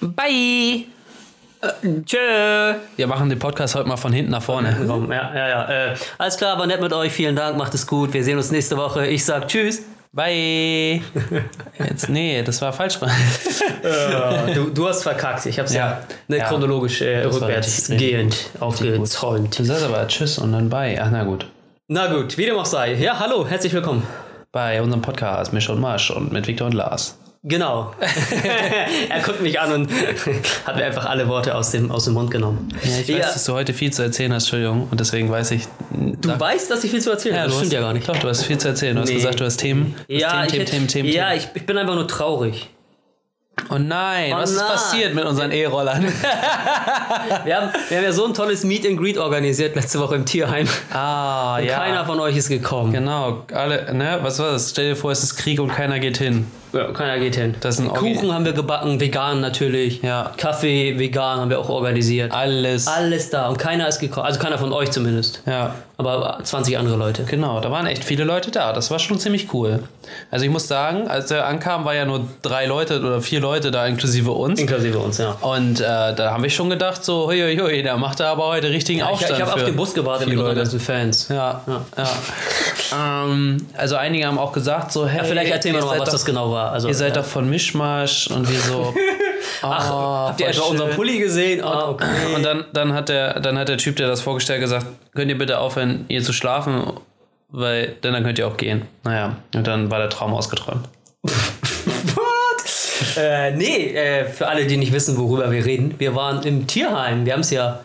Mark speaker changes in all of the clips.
Speaker 1: Bye. Äh, tschö.
Speaker 2: Wir machen den Podcast heute mal von hinten nach vorne.
Speaker 1: Komm, ja, ja, ja. Äh, alles klar, war nett mit euch. Vielen Dank, macht es gut. Wir sehen uns nächste Woche. Ich sag Tschüss.
Speaker 2: Bye. Jetzt, nee, das war falsch.
Speaker 1: Äh, du, du hast verkackt. Ich hab's ja,
Speaker 2: Ja.
Speaker 1: ne,
Speaker 2: Ja.
Speaker 1: chronologisch äh,
Speaker 2: Das war
Speaker 1: rückwärts
Speaker 2: richtig-
Speaker 1: gehend aufgezäumt.
Speaker 2: Du sagst aber Tschüss und dann Bye. Ach na gut.
Speaker 1: Na gut, wie dem auch sei. Ja, hallo, herzlich willkommen.
Speaker 2: Bei unserem Podcast Misch und Marsch und mit Viktor und Lars.
Speaker 1: Genau. er guckt mich an und hat mir einfach alle Worte aus dem, aus dem Mund genommen.
Speaker 2: Ja, ich weiß, dass du heute viel zu erzählen hast, Entschuldigung. Und deswegen weiß ich.
Speaker 1: du weißt, dass ich viel zu erzählen habe.
Speaker 2: du
Speaker 1: Das stimmt
Speaker 2: hast,
Speaker 1: ja gar nicht.
Speaker 2: Doch, du hast viel zu erzählen. Du hast
Speaker 1: Nee.
Speaker 2: gesagt, du hast Themen. Du hast
Speaker 1: Ja,
Speaker 2: Themen,
Speaker 1: ich,
Speaker 2: Themen,
Speaker 1: hätte-
Speaker 2: Themen, Themen,
Speaker 1: ja
Speaker 2: Themen.
Speaker 1: ich, ich bin einfach nur traurig.
Speaker 2: Oh nein,
Speaker 1: Oh
Speaker 2: was ist
Speaker 1: nein.
Speaker 2: passiert mit unseren E-Rollern?
Speaker 1: Wir haben, wir haben ja so ein tolles Meet and Greet organisiert letzte Woche im Tierheim.
Speaker 2: ah, ja.
Speaker 1: Keiner von euch ist gekommen.
Speaker 2: Genau, alle, ne, was war das? Stell dir vor, es ist Krieg und keiner geht hin.
Speaker 1: Ja, keiner geht hin.
Speaker 2: Das ist ein Orgi-
Speaker 1: Kuchen haben wir gebacken, vegan natürlich.
Speaker 2: Ja.
Speaker 1: Kaffee vegan haben wir auch organisiert.
Speaker 2: Alles.
Speaker 1: Alles da und keiner ist gekommen. Also keiner von euch zumindest.
Speaker 2: Ja,
Speaker 1: Aber 20 andere Leute.
Speaker 2: genau, da waren echt viele Leute da. Das war schon ziemlich cool. Also ich muss sagen, als er ankam, war ja nur drei Leute oder vier Leute da, inklusive uns.
Speaker 1: Inklusive uns, ja.
Speaker 2: Und äh, da haben wir schon gedacht, so, hui, hui, hui, da macht er aber heute richtigen
Speaker 1: Ich,
Speaker 2: Aufstand.
Speaker 1: ich habe auf
Speaker 2: für
Speaker 1: den Bus gewartet
Speaker 2: viele
Speaker 1: mit unseren
Speaker 2: Leute.
Speaker 1: ganzen Fans.
Speaker 2: Ja, ja. ähm, also einige haben auch gesagt, so, hey,
Speaker 1: Ja, vielleicht erzählen wir
Speaker 2: ihr
Speaker 1: nochmal,
Speaker 2: seid
Speaker 1: was
Speaker 2: doch,
Speaker 1: das genau war. Also,
Speaker 2: Ihr seid
Speaker 1: ja.
Speaker 2: doch von Mischmasch und wir so. "Ah, Ach,
Speaker 1: Habt ihr etwa unseren Pulli gesehen? Ah, okay.
Speaker 2: Und dann, dann, hat der, dann hat der Typ, der das vorgestellt hat, gesagt, könnt ihr bitte aufhören, hier zu schlafen, weil denn dann könnt ihr auch gehen. Naja, und dann war der Traum ausgeträumt.
Speaker 1: What? Äh, nee, äh, für alle, die nicht wissen, worüber wir reden, wir waren im Tierheim. Wir haben es ja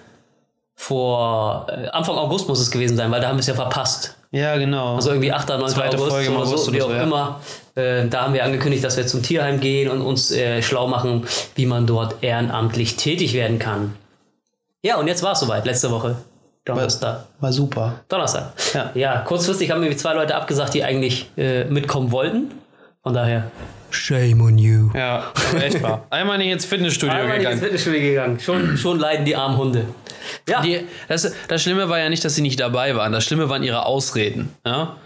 Speaker 1: vor äh, Anfang August muss es gewesen sein, weil da haben wir es ja verpasst.
Speaker 2: Ja, genau.
Speaker 1: Also irgendwie 8. 9.
Speaker 2: Zweite
Speaker 1: August
Speaker 2: Folge im
Speaker 1: oder
Speaker 2: August
Speaker 1: so,
Speaker 2: oder
Speaker 1: wie
Speaker 2: so,
Speaker 1: auch
Speaker 2: ja.
Speaker 1: immer. Äh, da haben wir angekündigt, dass wir zum Tierheim gehen und uns äh, schlau machen, wie man dort ehrenamtlich tätig werden kann. Ja, und jetzt war es soweit, letzte Woche. Donnerstag.
Speaker 2: war super.
Speaker 1: Donnerstag.
Speaker 2: Ja.
Speaker 1: ja, kurzfristig haben mir zwei Leute abgesagt, die eigentlich äh, mitkommen wollten. Von daher. Shame on you.
Speaker 2: Ja, aber echt war. Einmal nicht ins Fitnessstudio
Speaker 1: Einmal nicht ins
Speaker 2: gegangen.
Speaker 1: Fitnessstudio gegangen. Schon, schon leiden die armen Hunde. Ja,
Speaker 2: Die, das, das Schlimme war ja nicht, dass sie nicht dabei waren. Das Schlimme waren ihre Ausreden. Ja?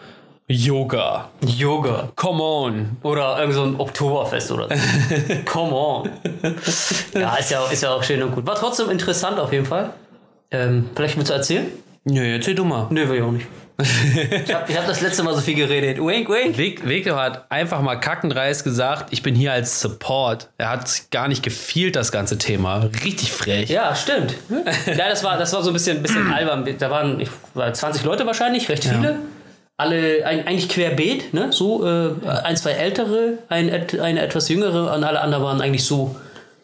Speaker 2: Yoga.
Speaker 1: Yoga.
Speaker 2: Come on.
Speaker 1: Oder irgend so ein Oktoberfest oder so. Come on. Ja ist, ja, ist ja auch schön und gut. War trotzdem interessant auf jeden Fall. Ähm, vielleicht willst du erzählen?
Speaker 2: Nö, erzähl du mal.
Speaker 1: Nö, will ich auch nicht. Ich habe ich hab das letzte Mal so viel geredet. Wink, wink.
Speaker 2: Vic- Victor hat einfach mal kackendreist gesagt, ich bin hier als Support. Er hat sich gar nicht gefielt, das ganze Thema. Richtig frech.
Speaker 1: Ja, stimmt.
Speaker 2: Hm?
Speaker 1: Ja, das war, das war so ein bisschen, bisschen albern. Da waren ich, war 20 Leute wahrscheinlich, recht viele. Alle ein, eigentlich querbeet, ne? So äh, ein, zwei ältere, ein, et- eine etwas jüngere und alle anderen waren eigentlich so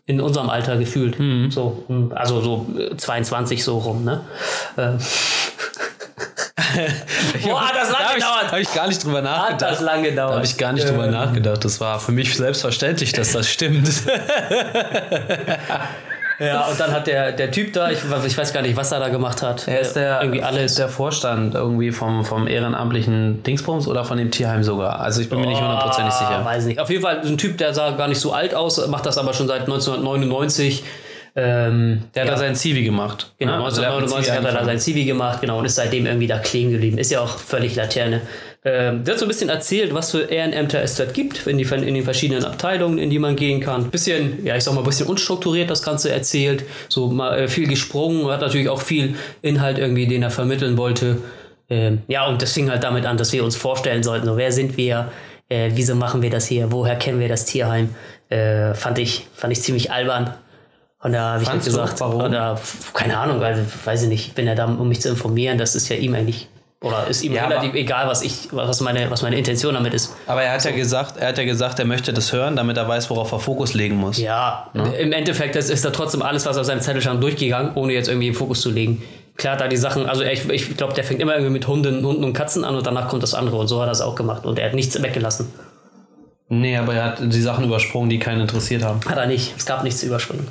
Speaker 1: in unserem Alter gefühlt.
Speaker 2: Hm.
Speaker 1: So, mm, also so äh, 22 so rum, ne? Äh. Boah, hat das
Speaker 2: Da
Speaker 1: lange
Speaker 2: hab ich,
Speaker 1: gedauert.
Speaker 2: Habe ich gar nicht drüber
Speaker 1: Hat das
Speaker 2: nachgedacht.
Speaker 1: lang
Speaker 2: Da
Speaker 1: gedauert.
Speaker 2: habe ich gar nicht drüber nachgedacht. Das war für mich selbstverständlich, dass das stimmt.
Speaker 1: Ja, und dann hat der, der Typ da, ich, ich weiß gar nicht, was er da gemacht hat. Äh,
Speaker 2: Er ist der,
Speaker 1: irgendwie alles.
Speaker 2: der Vorstand irgendwie vom, vom ehrenamtlichen Dingsbums oder von dem Tierheim sogar. Also ich bin mir nicht hundertprozentig
Speaker 1: Ah,
Speaker 2: sicher.
Speaker 1: Weiß nicht. Auf jeden Fall so ein Typ, der sah gar nicht so alt aus, macht das aber schon seit 1999. Ähm,
Speaker 2: Der hat da sein Zivi gemacht.
Speaker 1: genau,
Speaker 2: Ja, also der hat mit
Speaker 1: 1999 hat er
Speaker 2: Zivi
Speaker 1: da sein Zivi gemacht, genau, und ist seitdem irgendwie da kleben geblieben. Ist ja auch völlig Laterne. Ähm, der hat so ein bisschen erzählt, was für Ehrenämter es dort gibt, in, die, in den verschiedenen Abteilungen, in die man gehen kann. Bisschen, ja, ich sag mal, ein bisschen unstrukturiert das Ganze erzählt. So mal, äh, viel gesprungen, hat natürlich auch viel Inhalt irgendwie, den er vermitteln wollte. Ähm, ja, und das fing halt damit an, dass wir uns vorstellen sollten, so, wer sind wir, äh, wieso machen wir das hier, woher kennen wir das Tierheim, äh, fand, ich, fand ich ziemlich albern. Und da habe ich halt
Speaker 2: Fandst du?
Speaker 1: gesagt,
Speaker 2: Warum?
Speaker 1: Oder, f- keine Ahnung, also, weiß ich nicht, ich bin ja da, um mich zu informieren, das ist ja ihm eigentlich, oder ist ihm
Speaker 2: Ja,
Speaker 1: relativ
Speaker 2: aber-
Speaker 1: egal, was ich, was meine, was meine Intention damit ist.
Speaker 2: Aber er hat ja gesagt, er hat ja gesagt, er möchte das hören, damit er weiß, worauf er Fokus legen muss.
Speaker 1: Ja, im Endeffekt ist, ist da trotzdem alles, was auf seinem Zettel stand, durchgegangen, ohne jetzt irgendwie den Fokus zu legen. Klar, da die Sachen, also ich, ich glaube, der fängt immer irgendwie mit Hunden, Hunden und Katzen an und danach kommt das andere und so hat er es auch gemacht und er hat nichts weggelassen.
Speaker 2: Nee, aber er hat die Sachen übersprungen, die keinen interessiert haben.
Speaker 1: Hat er nicht, es gab nichts zu überspringen.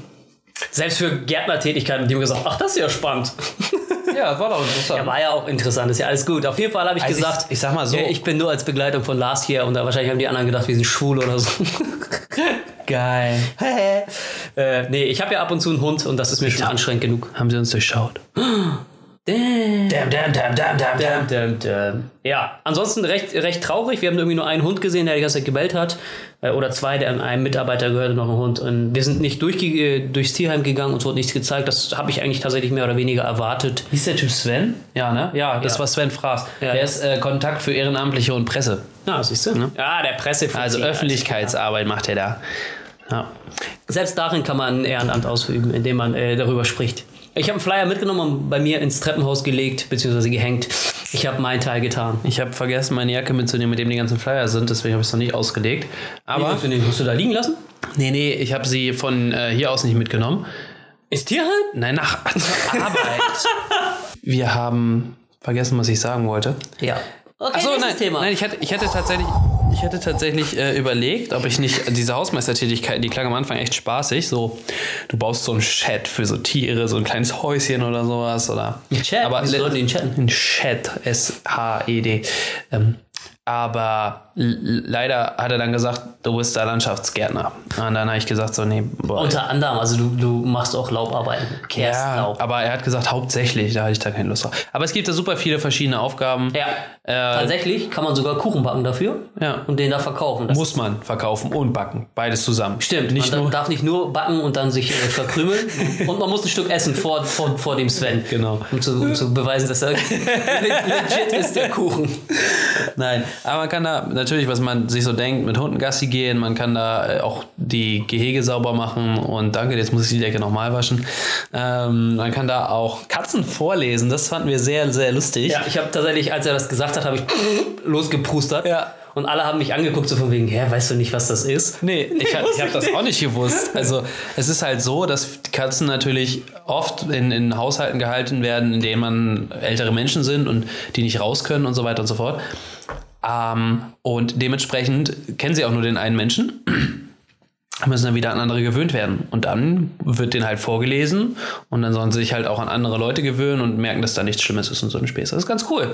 Speaker 1: Selbst für Gärtnertätigkeiten mit ihm gesagt, ach, das ist ja spannend.
Speaker 2: Ja, war doch interessant.
Speaker 1: Ja, war ja auch interessant, ist ja alles gut. Auf jeden Fall habe ich
Speaker 2: Also ich-
Speaker 1: gesagt,
Speaker 2: ich sag mal so.
Speaker 1: äh, ich bin nur als Begleitung von Lars hier und da wahrscheinlich haben die anderen gedacht, wir sind schwul oder so.
Speaker 2: Geil.
Speaker 1: äh, nee, ich habe ja ab und zu einen Hund und das ist mir schon anstrengend genug.
Speaker 2: Haben sie uns durchschaut?
Speaker 1: Damn.
Speaker 2: Damn, damn, damn, damn, damn,
Speaker 1: Dam, dam, dam. Ja, ansonsten recht, recht traurig. Wir haben irgendwie nur einen Hund gesehen, der die ganze Zeit gebellt hat. Äh, Oder zwei, der einem Mitarbeiter gehörte noch ein Hund. Und wir sind nicht durchge äh, durchs Tierheim gegangen, uns wurde nichts gezeigt. Das habe ich eigentlich tatsächlich mehr oder weniger erwartet.
Speaker 2: Hieß der Typ Sven? Ja, ne? Ja, das
Speaker 1: Ja.
Speaker 2: war Sven Fraß.
Speaker 1: Ja.
Speaker 2: Der ist äh, Kontakt für Ehrenamtliche und Presse.
Speaker 1: Ja, siehst du? Ja, der Presse.
Speaker 2: Also Öffentlichkeitsarbeit macht er da. Ja.
Speaker 1: Selbst darin kann man ein Ehrenamt ausüben, indem man äh, darüber spricht. Ich habe einen Flyer mitgenommen und bei mir ins Treppenhaus gelegt, beziehungsweise gehängt. Ich habe meinen Teil getan.
Speaker 2: Ich habe vergessen, meine Jacke mitzunehmen, mit dem die ganzen Flyer sind, deswegen habe ich es noch nicht ausgelegt. Aber.
Speaker 1: Hast du, den, hast du da liegen lassen?
Speaker 2: Nee, nee, ich habe sie von äh, hier aus nicht mitgenommen.
Speaker 1: Ist Tierheim?
Speaker 2: Nein, nach zur Arbeit. Wir haben vergessen, was ich sagen wollte.
Speaker 1: Ja. Okay,
Speaker 2: Achso,
Speaker 1: nächstes
Speaker 2: nein,
Speaker 1: Thema.
Speaker 2: nein, ich hatte, ich hatte tatsächlich, ich hatte tatsächlich äh, überlegt, ob ich nicht diese Hausmeistertätigkeiten, die klang am Anfang echt spaßig, so, du baust so ein Chat für so Tiere, so ein kleines Häuschen oder sowas, oder. Ein
Speaker 1: Chat?
Speaker 2: Aber
Speaker 1: Wieso
Speaker 2: le-
Speaker 1: sollten die einen chatten?
Speaker 2: Ein Chat, S-H-E-D. Ähm, aber l- leider hat er dann gesagt, du bist der Landschaftsgärtner. Und dann habe ich gesagt, so, nee, boah.
Speaker 1: Unter anderem, also du, du machst auch Laubarbeiten. Kerstenlaub.
Speaker 2: Ja, aber er hat gesagt, hauptsächlich, da hatte ich da keine Lust drauf. Aber es gibt da super viele verschiedene Aufgaben. Äh,
Speaker 1: Ja. äh, Tatsächlich kann man sogar Kuchen backen dafür
Speaker 2: Ja.
Speaker 1: und den da verkaufen. Das
Speaker 2: Muss man verkaufen und backen. Beides zusammen.
Speaker 1: stimmt.
Speaker 2: Nicht
Speaker 1: man
Speaker 2: nur.
Speaker 1: darf nicht nur backen und dann sich äh, verkrümeln. und man muss ein Stück essen vor, vor, vor dem Sven.
Speaker 2: Genau.
Speaker 1: Um zu, um zu beweisen, dass er le- legit ist, der Kuchen.
Speaker 2: Nein. Aber man kann da natürlich, was man sich so denkt, mit Hunden Gassi gehen. Man kann da äh, auch die Gehege sauber machen. Und danke, jetzt muss ich die Decke nochmal waschen. Ähm, man kann da auch Katzen vorlesen. Das fanden wir sehr, sehr lustig.
Speaker 1: Ja, ich habe tatsächlich, als er das gesagt hat, habe ich losgeprustert.
Speaker 2: Ja.
Speaker 1: Und alle haben mich angeguckt, so von wegen, hä, weißt du nicht, was das ist?
Speaker 2: Nee, ich, hab- ich habe das auch nicht gewusst. Also es ist halt so, dass Katzen natürlich oft in, in Haushalten gehalten werden, in denen man ältere Menschen sind und die nicht raus können und so weiter und so fort. Ähm, und dementsprechend kennen sie auch nur den einen Menschen, müssen dann wieder an andere gewöhnt werden. Und dann wird denen halt vorgelesen und dann sollen sie sich halt auch an andere Leute gewöhnen und merken, dass da nichts Schlimmes ist und so ein Späß. Das ist ganz cool.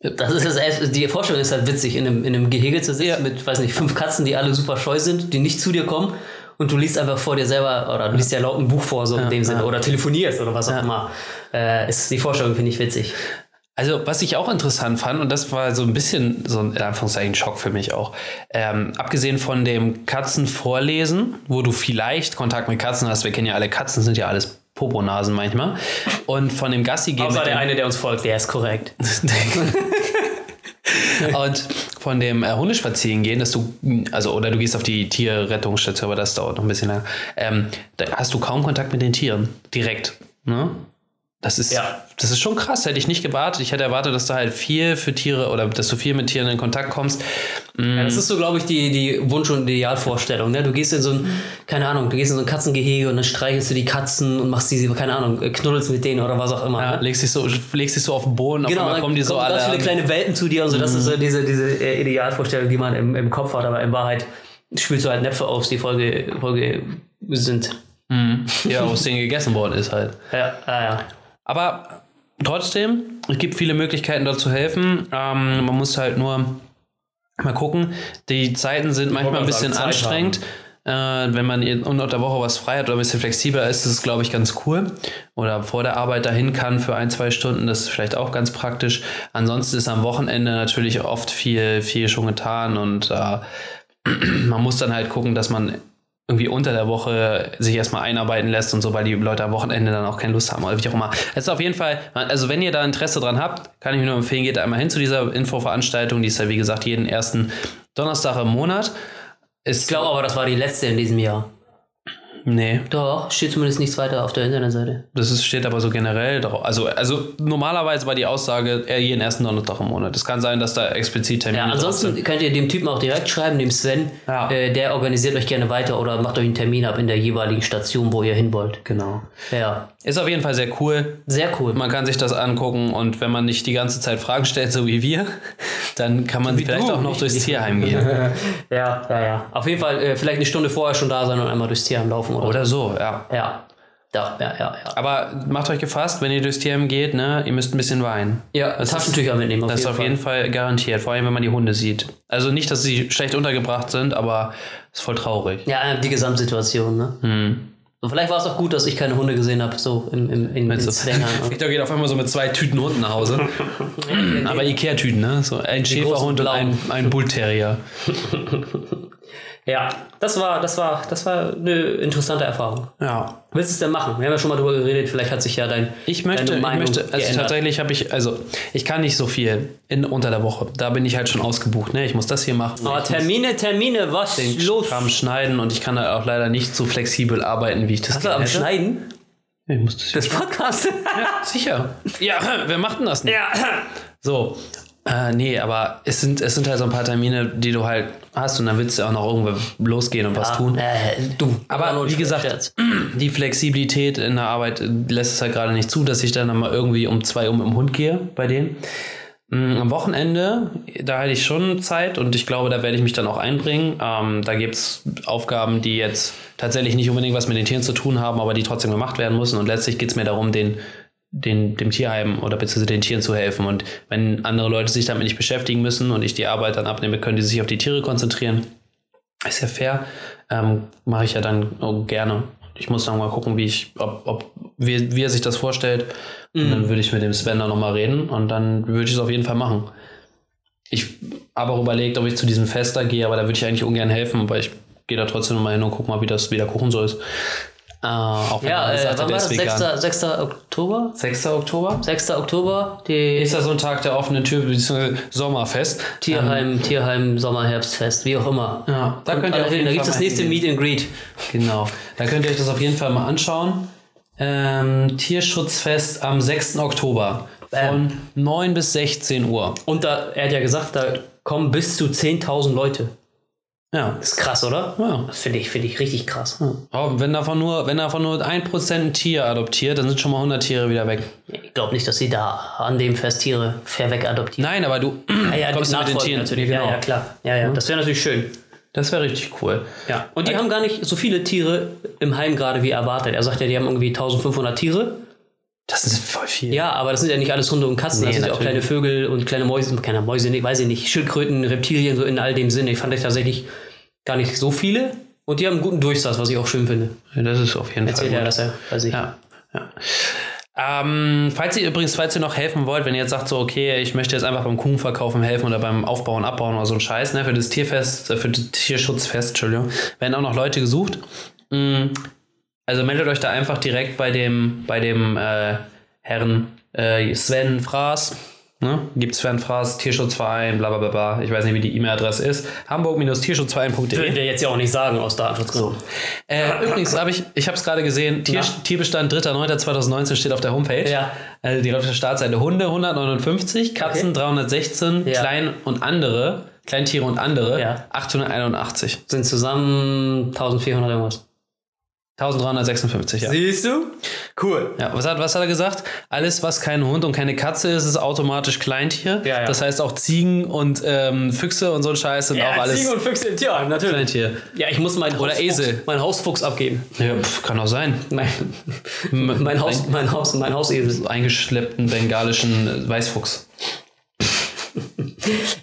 Speaker 1: Das ist das, erste- die Vorstellung ist halt witzig, in einem, in einem Gehege zu sitzen
Speaker 2: Ja.
Speaker 1: mit, weiß nicht, fünf Katzen, die alle super scheu sind, die nicht zu dir kommen und du liest einfach vor dir selber oder du liest ja laut ein Buch vor, so in dem Sinne, oder telefonierst oder was auch immer. Äh, ist die Vorstellung, finde ich witzig.
Speaker 2: Also, was ich auch interessant fand, und das war so ein bisschen so ein in Anführungszeichen Schock für mich auch, ähm, abgesehen von dem Katzenvorlesen, wo du vielleicht Kontakt mit Katzen hast, wir kennen ja alle Katzen, sind ja alles Poponasen manchmal, und von dem Gassi gehen.
Speaker 1: Außer
Speaker 2: mit
Speaker 1: der
Speaker 2: dem-
Speaker 1: eine, der uns folgt, der ist korrekt.
Speaker 2: und von dem äh, Hundespazieren gehen, dass du, also, oder du gehst auf die Tierrettungsstation, aber das dauert noch ein bisschen lang. Ähm, da hast du kaum Kontakt mit den Tieren. Direkt. Ne? Das ist,
Speaker 1: Ja.
Speaker 2: das ist schon krass, hätte ich nicht gewartet. Ich hätte erwartet, dass du halt viel für Tiere oder dass du viel mit Tieren in Kontakt kommst.
Speaker 1: Ja, das ist so, glaube ich, die, die Wunsch- und Idealvorstellung. Ne? Du gehst in so ein, keine Ahnung, du gehst in so ein Katzengehege und dann streichelst du die Katzen und machst die, keine Ahnung, äh, knuddelst mit denen oder was auch immer.
Speaker 2: Ja,
Speaker 1: ne?
Speaker 2: legst dich so, legst dich so auf den Boden, auf
Speaker 1: Genau,
Speaker 2: einmal
Speaker 1: dann
Speaker 2: kommen die so alle.
Speaker 1: ganz viele
Speaker 2: an.
Speaker 1: kleine Welten zu dir und so. Das ist so diese, diese äh, Idealvorstellung, die man im, im Kopf hat, aber in Wahrheit spülst du halt Näpfe aus, die Folge, Folge sind.
Speaker 2: ja, aus denen gegessen worden ist halt.
Speaker 1: Ja, ah, ja, ja.
Speaker 2: Aber trotzdem, es gibt viele Möglichkeiten, dort zu helfen. Ähm, man muss halt nur mal gucken. Die Zeiten sind manchmal ein
Speaker 1: wollte
Speaker 2: bisschen
Speaker 1: gerade sagen, Zeit
Speaker 2: anstrengend. Äh, wenn man ihr- unter der Woche was frei hat oder ein bisschen flexibler ist, ist es, glaube ich, ganz cool. Oder vor der Arbeit dahin kann für ein, zwei Stunden, das ist vielleicht auch ganz praktisch. Ansonsten ist am Wochenende natürlich oft viel, viel schon getan und äh, man muss dann halt gucken, dass man irgendwie unter der Woche sich erstmal einarbeiten lässt und so, weil die Leute am Wochenende dann auch keine Lust haben oder wie auch immer. Es ist auf jeden Fall, also wenn ihr da Interesse dran habt, kann ich mir nur empfehlen, geht einmal hin zu dieser Infoveranstaltung. Die ist ja, wie gesagt, jeden ersten Donnerstag im Monat. Ist,
Speaker 1: Ich glaube aber, das war die letzte in diesem Jahr.
Speaker 2: nee,
Speaker 1: Doch, steht zumindest nichts weiter auf der Internetseite.
Speaker 2: das ist, steht aber so generell drauf. Also, also normalerweise war die Aussage eher jeden ersten Donnerstag im Monat. Es kann sein, dass da explizit Termine
Speaker 1: Ja, also
Speaker 2: drauf
Speaker 1: ansonsten könnt ihr dem Typen auch direkt schreiben, dem Sven.
Speaker 2: Ja.
Speaker 1: Äh, der organisiert euch gerne weiter oder macht euch einen Termin ab in der jeweiligen Station, wo ihr hin wollt.
Speaker 2: Genau.
Speaker 1: Ja,
Speaker 2: Ist auf jeden Fall sehr cool.
Speaker 1: sehr cool.
Speaker 2: Man kann sich das angucken und wenn man nicht die ganze Zeit Fragen stellt, so wie wir, dann kann man vielleicht
Speaker 1: du,
Speaker 2: auch noch
Speaker 1: nicht
Speaker 2: durchs Tierheim gehen.
Speaker 1: Ja, ja, ja. Auf jeden Fall äh, vielleicht eine Stunde vorher schon da sein und einmal durchs Tierheim laufen oder
Speaker 2: Oder so, ja.
Speaker 1: Ja. Da, ja, ja, ja.
Speaker 2: Aber macht euch gefasst, wenn ihr durchs Tierheim geht, ne, ihr müsst ein bisschen weinen.
Speaker 1: Ja,
Speaker 2: das
Speaker 1: Taschentücher
Speaker 2: ist,
Speaker 1: mitnehmen. Auf
Speaker 2: Das ist
Speaker 1: jeden
Speaker 2: auf
Speaker 1: Fall.
Speaker 2: jeden Fall garantiert, vor allem wenn man die Hunde sieht. Also nicht, dass sie schlecht untergebracht sind, aber ist voll traurig. Hm.
Speaker 1: Ja, äh, die Gesamtsituation, ne? Und vielleicht war es auch gut, dass ich keine Hunde gesehen habe, so im, im, in, in
Speaker 2: so-
Speaker 1: Zwängern. Und
Speaker 2: Victor geht auf einmal so mit zwei Tüten Hunden nach Hause. Aber Ikea-Tüten, ne? So ein
Speaker 1: großen
Speaker 2: Schäferhund und ein, ein Bullterrier.
Speaker 1: Ja, das war, das war, das war eine interessante Erfahrung.
Speaker 2: Ja.
Speaker 1: Willst du es denn machen? Wir haben ja schon mal drüber geredet, vielleicht hat sich ja dein
Speaker 2: Ich möchte,
Speaker 1: deine
Speaker 2: ich
Speaker 1: Meinung
Speaker 2: möchte, also
Speaker 1: geändert.
Speaker 2: tatsächlich habe ich, also ich kann nicht so viel in, unter der Woche. Da bin ich halt schon ausgebucht, ne? Ich muss das hier machen.
Speaker 1: Aber
Speaker 2: ich muss
Speaker 1: Oh, Termine, Termine, was los?
Speaker 2: Kram schneiden und ich kann da auch leider nicht so flexibel arbeiten, wie ich das
Speaker 1: Hast du
Speaker 2: gerne
Speaker 1: am
Speaker 2: hätte.
Speaker 1: Schneiden
Speaker 2: Ich muss das
Speaker 1: des Podcasts?
Speaker 2: Sicher. Ja, wer macht denn das nicht?
Speaker 1: ja.
Speaker 2: So. Äh, nee, aber es sind, es sind halt so ein paar Termine, die du halt hast und dann willst du auch noch irgendwo losgehen und was tun.
Speaker 1: Äh, du.
Speaker 2: Aber
Speaker 1: Arnold
Speaker 2: wie gesagt,
Speaker 1: Schwarzenegger.
Speaker 2: Die Flexibilität in der Arbeit lässt es halt gerade nicht zu, dass ich dann mal irgendwie um zwei Uhr mit dem Hund gehe bei denen. Mm, Am Wochenende, da hatte ich schon Zeit und ich glaube, da werde ich mich dann auch einbringen. Ähm, da gibt es Aufgaben, die jetzt tatsächlich nicht unbedingt was mit den Tieren zu tun haben, aber die trotzdem gemacht werden müssen. Und letztlich geht es mir darum, den, den, dem Tierheim oder beziehungsweise den Tieren zu helfen. Und wenn andere Leute sich damit nicht beschäftigen müssen und ich die Arbeit dann abnehme, können die sich auf die Tiere konzentrieren. Ist ja fair. Ähm, Mache ich ja dann oh, gerne. Ich muss noch mal gucken, wie ich, ob, ob wie, wie er sich das vorstellt. Und
Speaker 1: Mhm.
Speaker 2: dann würde ich mit dem Sven da noch mal reden und dann würde ich es auf jeden Fall machen. Ich habe auch überlegt, ob ich zu diesem Fest da gehe, aber da würde ich eigentlich ungern helfen, aber ich gehe da trotzdem noch mal hin und guck mal, wie das wieder Kuchen so ist. Äh, auch wenn
Speaker 1: Ja,
Speaker 2: er
Speaker 1: äh,
Speaker 2: gesagt
Speaker 1: wann
Speaker 2: hat,
Speaker 1: war
Speaker 2: er
Speaker 1: das?
Speaker 2: ist vegan.
Speaker 1: 6. 6. Oktober?
Speaker 2: 6. Oktober?
Speaker 1: 6. Oktober, die
Speaker 2: Ist ja so ein Tag der offenen Tür, beziehungsweise Sommerfest.
Speaker 1: Tierheim, Tierheim Sommer, Herbstfest, wie auch immer.
Speaker 2: Ähm. Ja, da könnt ihr
Speaker 1: Alle
Speaker 2: auf
Speaker 1: hin,
Speaker 2: jeden
Speaker 1: da
Speaker 2: Fall
Speaker 1: gibt es das
Speaker 2: mal
Speaker 1: nächste
Speaker 2: hingehen.
Speaker 1: Meet and Greet.
Speaker 2: Genau. Da könnt ihr euch das auf jeden Fall mal anschauen. Ähm, Tierschutzfest am 6. Oktober
Speaker 1: Bam.
Speaker 2: von 9 bis 16 Uhr.
Speaker 1: Und da, er hat ja gesagt, da kommen bis zu 10.000 Leute.
Speaker 2: Ja.
Speaker 1: Ist krass, oder?
Speaker 2: Ja.
Speaker 1: Das finde ich, finde ich richtig krass.
Speaker 2: Aber wenn davon nur, wenn davon nur 1% ein Tier adoptiert, dann sind schon mal 100 Tiere wieder weg.
Speaker 1: Ich glaube nicht, dass sie da an dem Fest Tiere fair weg adoptieren.
Speaker 2: Nein, aber du
Speaker 1: Ah
Speaker 2: kommst du mit den
Speaker 1: nachfolgen
Speaker 2: Tieren.
Speaker 1: Natürlich.
Speaker 2: Ja,
Speaker 1: Ja,
Speaker 2: genau.
Speaker 1: ja, klar. Ja, ja. Das wäre natürlich schön.
Speaker 2: Das wäre richtig cool.
Speaker 1: Ja. Und die
Speaker 2: Also
Speaker 1: haben gar nicht so viele Tiere im Heim gerade wie erwartet. Er sagt ja, die haben irgendwie 1500 Tiere.
Speaker 2: Das ist voll viel.
Speaker 1: Ja, aber das sind ja nicht alles Hunde und Katzen, das
Speaker 2: Nee,
Speaker 1: sind ja auch kleine
Speaker 2: natürlich.
Speaker 1: Vögel und kleine Mäuse, keine Mäuse, nicht, weiß ich nicht, Schildkröten, Reptilien, so in all dem Sinne. Ich fand das tatsächlich gar nicht so viele. Und die haben einen guten Durchsatz, was ich auch schön finde.
Speaker 2: Das ist auf jeden Fall.
Speaker 1: Erzählt
Speaker 2: gut.
Speaker 1: er, dass er, weiß ich.
Speaker 2: Ja. ja. Ähm, falls ihr übrigens, falls ihr noch helfen wollt, wenn ihr jetzt sagt, so, okay, ich möchte jetzt einfach beim Kuchenverkaufen helfen oder beim Aufbauen, Abbauen oder so ein Scheiß, ne, für das Tierfest, äh, für das Tierschutzfest, Entschuldigung, werden auch noch Leute gesucht. Mm, Also meldet euch da einfach direkt bei dem, bei dem äh, Herrn äh, Sven Fraß. Ne? Gibt Sven Fraß, Tierschutzverein, bla bla bla bla. Ich weiß nicht, wie die E-Mail-Adresse ist. Hamburg-tierschutzverein.de.
Speaker 1: Würden wir jetzt ja auch nicht sagen aus Datenschutzgründen.
Speaker 2: Äh, übrigens habe ich, ich habe es gerade gesehen, Tier,
Speaker 1: Na?
Speaker 2: Tierbestand 3.9.2019 steht auf der Homepage.
Speaker 1: Ja.
Speaker 2: Also die auf der Startseite Hunde 159, Katzen 316,
Speaker 1: Ja.
Speaker 2: Klein und andere, Kleintiere und andere
Speaker 1: Ja.
Speaker 2: 881.
Speaker 1: Sind zusammen 1400 irgendwas.
Speaker 2: 1356, ja.
Speaker 1: Siehst du? Cool.
Speaker 2: ja. Was, hat, was hat er gesagt? Alles, was kein Hund und keine Katze ist, ist automatisch Kleintier.
Speaker 1: Ja, ja.
Speaker 2: Das heißt auch Ziegen und ähm, Füchse und so ein Scheiß sind auch alles
Speaker 1: und Füchse im Tierheim, natürlich.
Speaker 2: Kleintier.
Speaker 1: Ja, ich muss meinen
Speaker 2: Oder
Speaker 1: Hausfuchs,
Speaker 2: Esel.
Speaker 1: meinen Hausfuchs abgeben.
Speaker 2: Ja, pf, kann auch sein.
Speaker 1: Mein,
Speaker 2: Hm.
Speaker 1: mein Haus, mein Haus, mein Hausesel.
Speaker 2: Eingeschleppten bengalischen äh, Weißfuchs.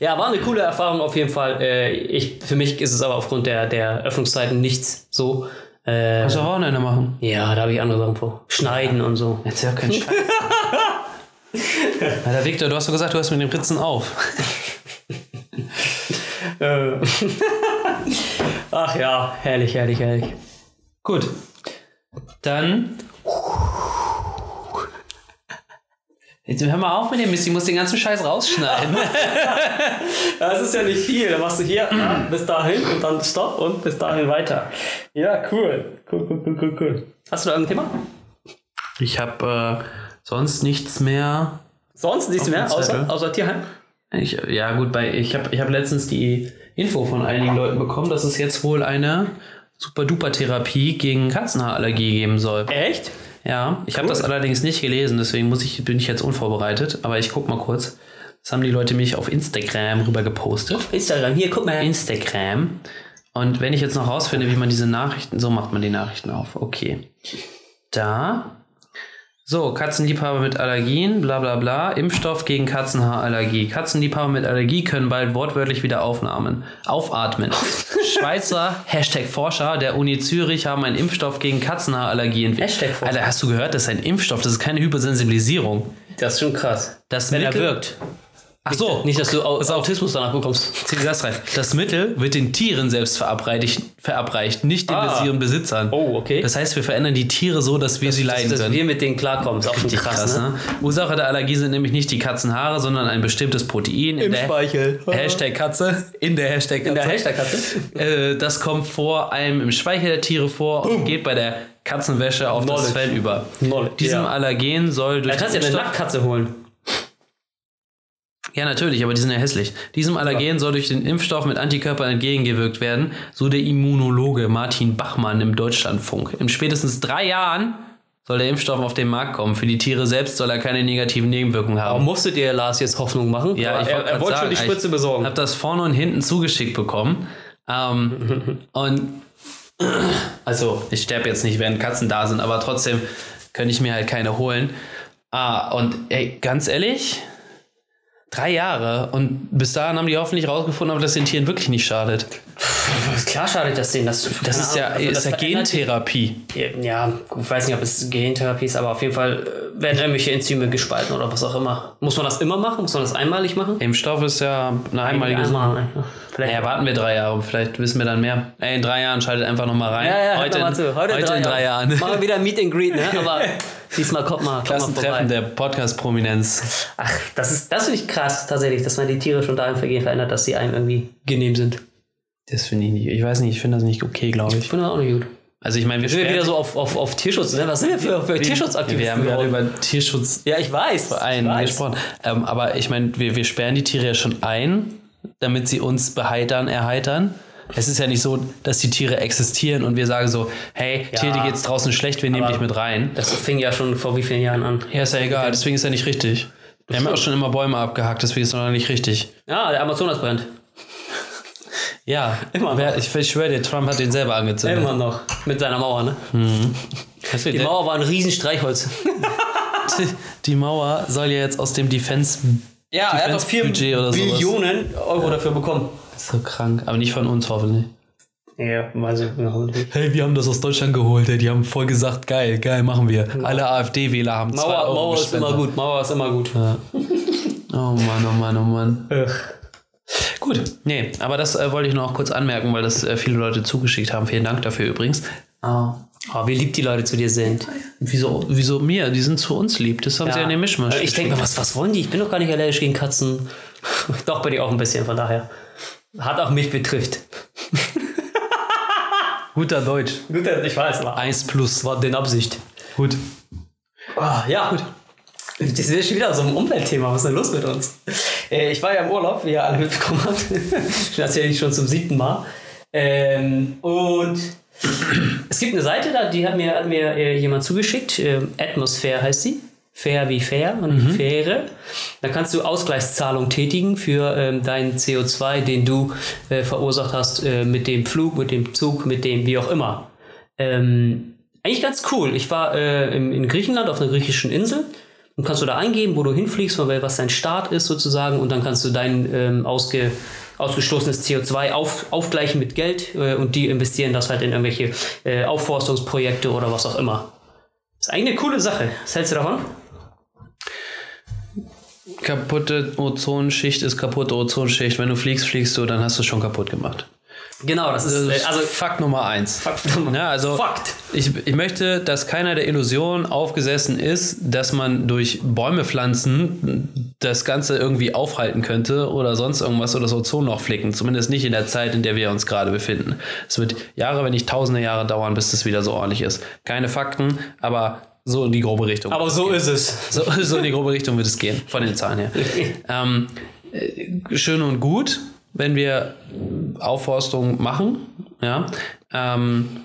Speaker 1: Ja, war eine coole Erfahrung auf jeden Fall. Äh, ich, für mich ist es aber aufgrund der, der Öffnungszeiten nichts so. Äh,
Speaker 2: Kannst du auch Wochenende machen.
Speaker 1: ja, da habe ich andere Sachen vor. Schneiden und so.
Speaker 2: Jetzt ja kein Scheiß. Alter Victor, du hast doch gesagt, du hast mit den Ritzen auf.
Speaker 1: Ach ja, herrlich, herrlich, herrlich.
Speaker 2: Gut. Dann. Jetzt hör mal auf mit dem Mist, ich muss den ganzen Scheiß rausschneiden.
Speaker 1: Das ist ja nicht viel. Dann machst du hier ja, bis dahin und dann stopp und bis dahin weiter. Ja, cool. Cool, cool, cool, cool, cool. Hast du da irgendein Thema?
Speaker 2: Ich habe äh, sonst nichts mehr.
Speaker 1: Sonst nichts mehr,
Speaker 2: dem Zettel.
Speaker 1: außer, außer Tierheim?
Speaker 2: Ich, ja, gut, bei, ich habe ich hab letztens die Info von einigen Leuten bekommen, dass es jetzt wohl eine Super-Duper-Therapie gegen Katzenhaarallergie geben soll.
Speaker 1: Echt?
Speaker 2: Ja, ich habe das allerdings nicht gelesen, deswegen muss ich, bin ich jetzt unvorbereitet. Aber ich guck mal kurz. Das haben die Leute mich auf Instagram rüber gepostet.
Speaker 1: Instagram, hier, guck mal.
Speaker 2: Instagram. Und wenn ich jetzt noch rausfinde, wie man diese Nachrichten, so macht man die Nachrichten auf. Okay. Da. So, Katzenliebhaber mit Allergien, bla bla bla. Impfstoff gegen Katzenhaarallergie. Katzenliebhaber mit Allergie können bald wortwörtlich wieder aufnahmen. Aufatmen. Schweizer Hashtag Forscher der Uni Zürich haben einen Impfstoff gegen Katzenhaarallergie entwickelt.
Speaker 1: Hashtag Forscher.
Speaker 2: Alter, hast du gehört, das ist ein Impfstoff, das ist keine Hypersensibilisierung.
Speaker 1: Das ist schon krass.
Speaker 2: Das
Speaker 1: Wenn er
Speaker 2: Mittel-
Speaker 1: wirkt.
Speaker 2: Ach so,
Speaker 1: Nicht, dass du Au- Autismus danach bekommst.
Speaker 2: zieh das rein. Das Mittel wird den Tieren selbst verabreicht, verabreicht nicht den
Speaker 1: Ah.
Speaker 2: Besitzern- Besitzern.
Speaker 1: Oh, okay.
Speaker 2: Das heißt, wir verändern die Tiere so, dass wir sie leiden
Speaker 1: dass, dass
Speaker 2: können.
Speaker 1: wir mit denen klarkommen. Ist auch schon krass, ne?
Speaker 2: Ursache der Allergie sind nämlich nicht die Katzenhaare, sondern ein bestimmtes Protein in der
Speaker 1: Speichel.
Speaker 2: Hashtag Katze. In der Hashtag
Speaker 1: In der
Speaker 2: Katze.
Speaker 1: Hashtag-Katze?
Speaker 2: äh, das kommt vor allem im Speichel der Tiere vor und geht bei der Katzenwäsche auf das
Speaker 1: Knowledge.
Speaker 2: Fell über.
Speaker 1: Knowledge,
Speaker 2: Diesem
Speaker 1: ja.
Speaker 2: Allergen soll durch
Speaker 1: Da kannst du ja eine
Speaker 2: Impfstoff-
Speaker 1: Nacktkatze holen.
Speaker 2: Ja, natürlich, aber die sind ja hässlich. Diesem Allergen soll durch den Impfstoff mit Antikörpern entgegengewirkt werden, so der Immunologe Martin Bachmann im Deutschlandfunk. In spätestens drei Jahren soll der Impfstoff auf den Markt kommen. Für die Tiere selbst soll er keine negativen Nebenwirkungen haben.
Speaker 1: Musstet ihr Lars jetzt Hoffnung machen?
Speaker 2: Ja, ich
Speaker 1: er, er wollte schon die Spritze besorgen.
Speaker 2: Ich habe das vorne und hinten zugeschickt bekommen. Ähm, und also, ich sterbe jetzt nicht, während Katzen da sind, aber trotzdem könnte ich mir halt keine holen. Ah, und ey, ganz ehrlich, drei Jahre und bis dahin haben die hoffentlich rausgefunden, ob das den Tieren wirklich nicht schadet.
Speaker 1: Klar schadet das denen. also Das,
Speaker 2: Das ist ja, ist ja Gentherapie.
Speaker 1: Ja, ich weiß nicht, ob es Gentherapie ist, aber auf jeden Fall äh, werden irgendwelche Enzyme gespalten oder was auch immer. Muss man das immer machen? Muss man das einmalig machen?
Speaker 2: Impfstoff ist ja eine einmalige Sache.
Speaker 1: Einmal, ja. Vielleicht
Speaker 2: Naja, warten wir drei Jahre, vielleicht wissen wir dann mehr. Ey, in drei Jahren schaltet einfach nochmal rein.
Speaker 1: Ja, ja,
Speaker 2: heute,
Speaker 1: heute, mal zu. heute,
Speaker 2: heute in drei Jahren.
Speaker 1: Machen wir wieder Meet and Greet, ne? Aber diesmal kommt mal, kommt mal
Speaker 2: Klassentreffen der
Speaker 1: vorbei.
Speaker 2: Podcast-Prominenz.
Speaker 1: Ach, das ist, das finde ich krass tatsächlich, dass man die Tiere schon darin vergehen verändert, dass sie einem irgendwie genehm sind.
Speaker 2: Das finde ich nicht. Ich weiß nicht, ich finde das nicht okay, glaube
Speaker 1: Ich
Speaker 2: ich.
Speaker 1: finde das auch nicht gut.
Speaker 2: Also ich meine, wir
Speaker 1: Sind wir
Speaker 2: sperren-
Speaker 1: wieder so auf, auf, auf Tierschutz, ne? Was sind wir für, für
Speaker 2: Wir
Speaker 1: Tierschutzaktivisten
Speaker 2: haben gerade
Speaker 1: geworden?
Speaker 2: über Tierschutz
Speaker 1: Ja, ich weiß. ich
Speaker 2: ein
Speaker 1: weiß.
Speaker 2: gesprochen. Ähm, aber ich meine, wir, wir sperren die Tiere ja schon ein, damit sie uns beheitern, erheitern. Es ist ja nicht so, dass die Tiere existieren und wir sagen so, hey, Tier, dir geht's draußen schlecht, wir nehmen
Speaker 1: Aber-
Speaker 2: dich mit rein.
Speaker 1: Das fing ja schon vor wie vielen Jahren an.
Speaker 2: Ja, ist ja egal, deswegen ist ja nicht richtig. Wir haben ja auch schon immer Bäume abgehackt, deswegen ist es noch nicht richtig.
Speaker 1: Ah, der Amazonas brennt.
Speaker 2: Ja,
Speaker 1: Immer noch.
Speaker 2: wer, ich, ich schwöre dir, Trump hat den selber angezündet.
Speaker 1: Immer noch. Mit seiner Mauer, ne?
Speaker 2: Weißt du,
Speaker 1: Die
Speaker 2: der-
Speaker 1: Mauer war ein riesen Streichholz.
Speaker 2: die Mauer soll ja jetzt aus dem Defense
Speaker 1: Ja,
Speaker 2: hat doch vier Defense-Budget oder sowas.
Speaker 1: Billionen Euro dafür bekommen.
Speaker 2: So krank, aber nicht von uns hoffentlich.
Speaker 1: Ja, weiß ich nicht.
Speaker 2: Hey, wir haben das aus Deutschland geholt, ey. die haben voll gesagt, geil, geil, machen wir. Alle AfD-Wähler haben zwei
Speaker 1: Mauer,
Speaker 2: Euro
Speaker 1: Mauer ist
Speaker 2: gespendet.
Speaker 1: immer gut, Mauer ist immer gut.
Speaker 2: Oh Mann, oh Mann, oh Mann.
Speaker 1: Ugh.
Speaker 2: Gut, nee, aber das äh, wollte ich nur auch kurz anmerken, weil das äh, viele Leute zugeschickt haben. Vielen Dank dafür übrigens. Ah,
Speaker 1: Oh, wie lieb die Leute zu dir sind.
Speaker 2: Wieso, wieso mir? Die sind zu uns lieb, das haben sie ja Äh, in den Mischmasch.
Speaker 1: Äh, Ich denke mir, was, was wollen die? Ich bin doch gar nicht allergisch gegen Katzen. doch, bin ich auch ein bisschen, von daher. Hat auch mich betrifft.
Speaker 2: Guter Deutsch.
Speaker 1: Gut, ich weiß, aber
Speaker 2: Eins plus.
Speaker 1: war den Absicht.
Speaker 2: Gut.
Speaker 1: Ah, ja, gut. Das ist schon wieder so ein Umweltthema. Was ist denn los mit uns? Äh, ich war ja im Urlaub, wie ihr alle mitbekommen habt. Ich erzähle ich schon zum siebten Mal. Ähm, und es gibt eine Seite da, die hat mir, hat mir äh, jemand zugeschickt. Ähm, Atmosphere heißt sie. Fair wie fair und faire. Da kannst du Ausgleichszahlung tätigen für ähm, deinen CO2, den du äh, verursacht hast äh, mit dem Flug, mit dem Zug, mit dem wie auch immer. Ähm, eigentlich ganz cool. Ich war äh, in, in Griechenland auf einer griechischen Insel und kannst du da eingeben, wo du hinfliegst, weil was dein Start ist sozusagen und dann kannst du dein ähm, ausge, ausgestoßenes CO2 auf, aufgleichen mit Geld äh, und die investieren das halt in irgendwelche äh, Aufforstungsprojekte oder was auch immer. Ist eigentlich eine coole Sache. Was hältst du davon?
Speaker 2: Kaputte Ozonschicht ist kaputte Ozonschicht. Wenn du fliegst, fliegst du, dann hast du es schon kaputt gemacht.
Speaker 1: Genau, das ist äh,
Speaker 2: Also
Speaker 1: also
Speaker 2: Fakt Nummer eins.
Speaker 1: Fakt Nummer-
Speaker 2: Ja, also
Speaker 1: Fakt.
Speaker 2: Ich, ich möchte, dass keiner der Illusion aufgesessen ist, dass man durch Bäume pflanzen das Ganze irgendwie aufhalten könnte oder sonst irgendwas oder das Ozonloch flicken. Zumindest nicht in der Zeit, in der wir uns gerade befinden. Es wird Jahre, wenn nicht tausende Jahre dauern, bis es wieder so ordentlich ist. Keine Fakten, aber so in die grobe Richtung.
Speaker 1: aber so ist es.
Speaker 2: So, so in die grobe Richtung wird es gehen, von den Zahlen her. Ähm, äh, schön und gut, wenn wir Aufforstung machen. Ja. Ähm,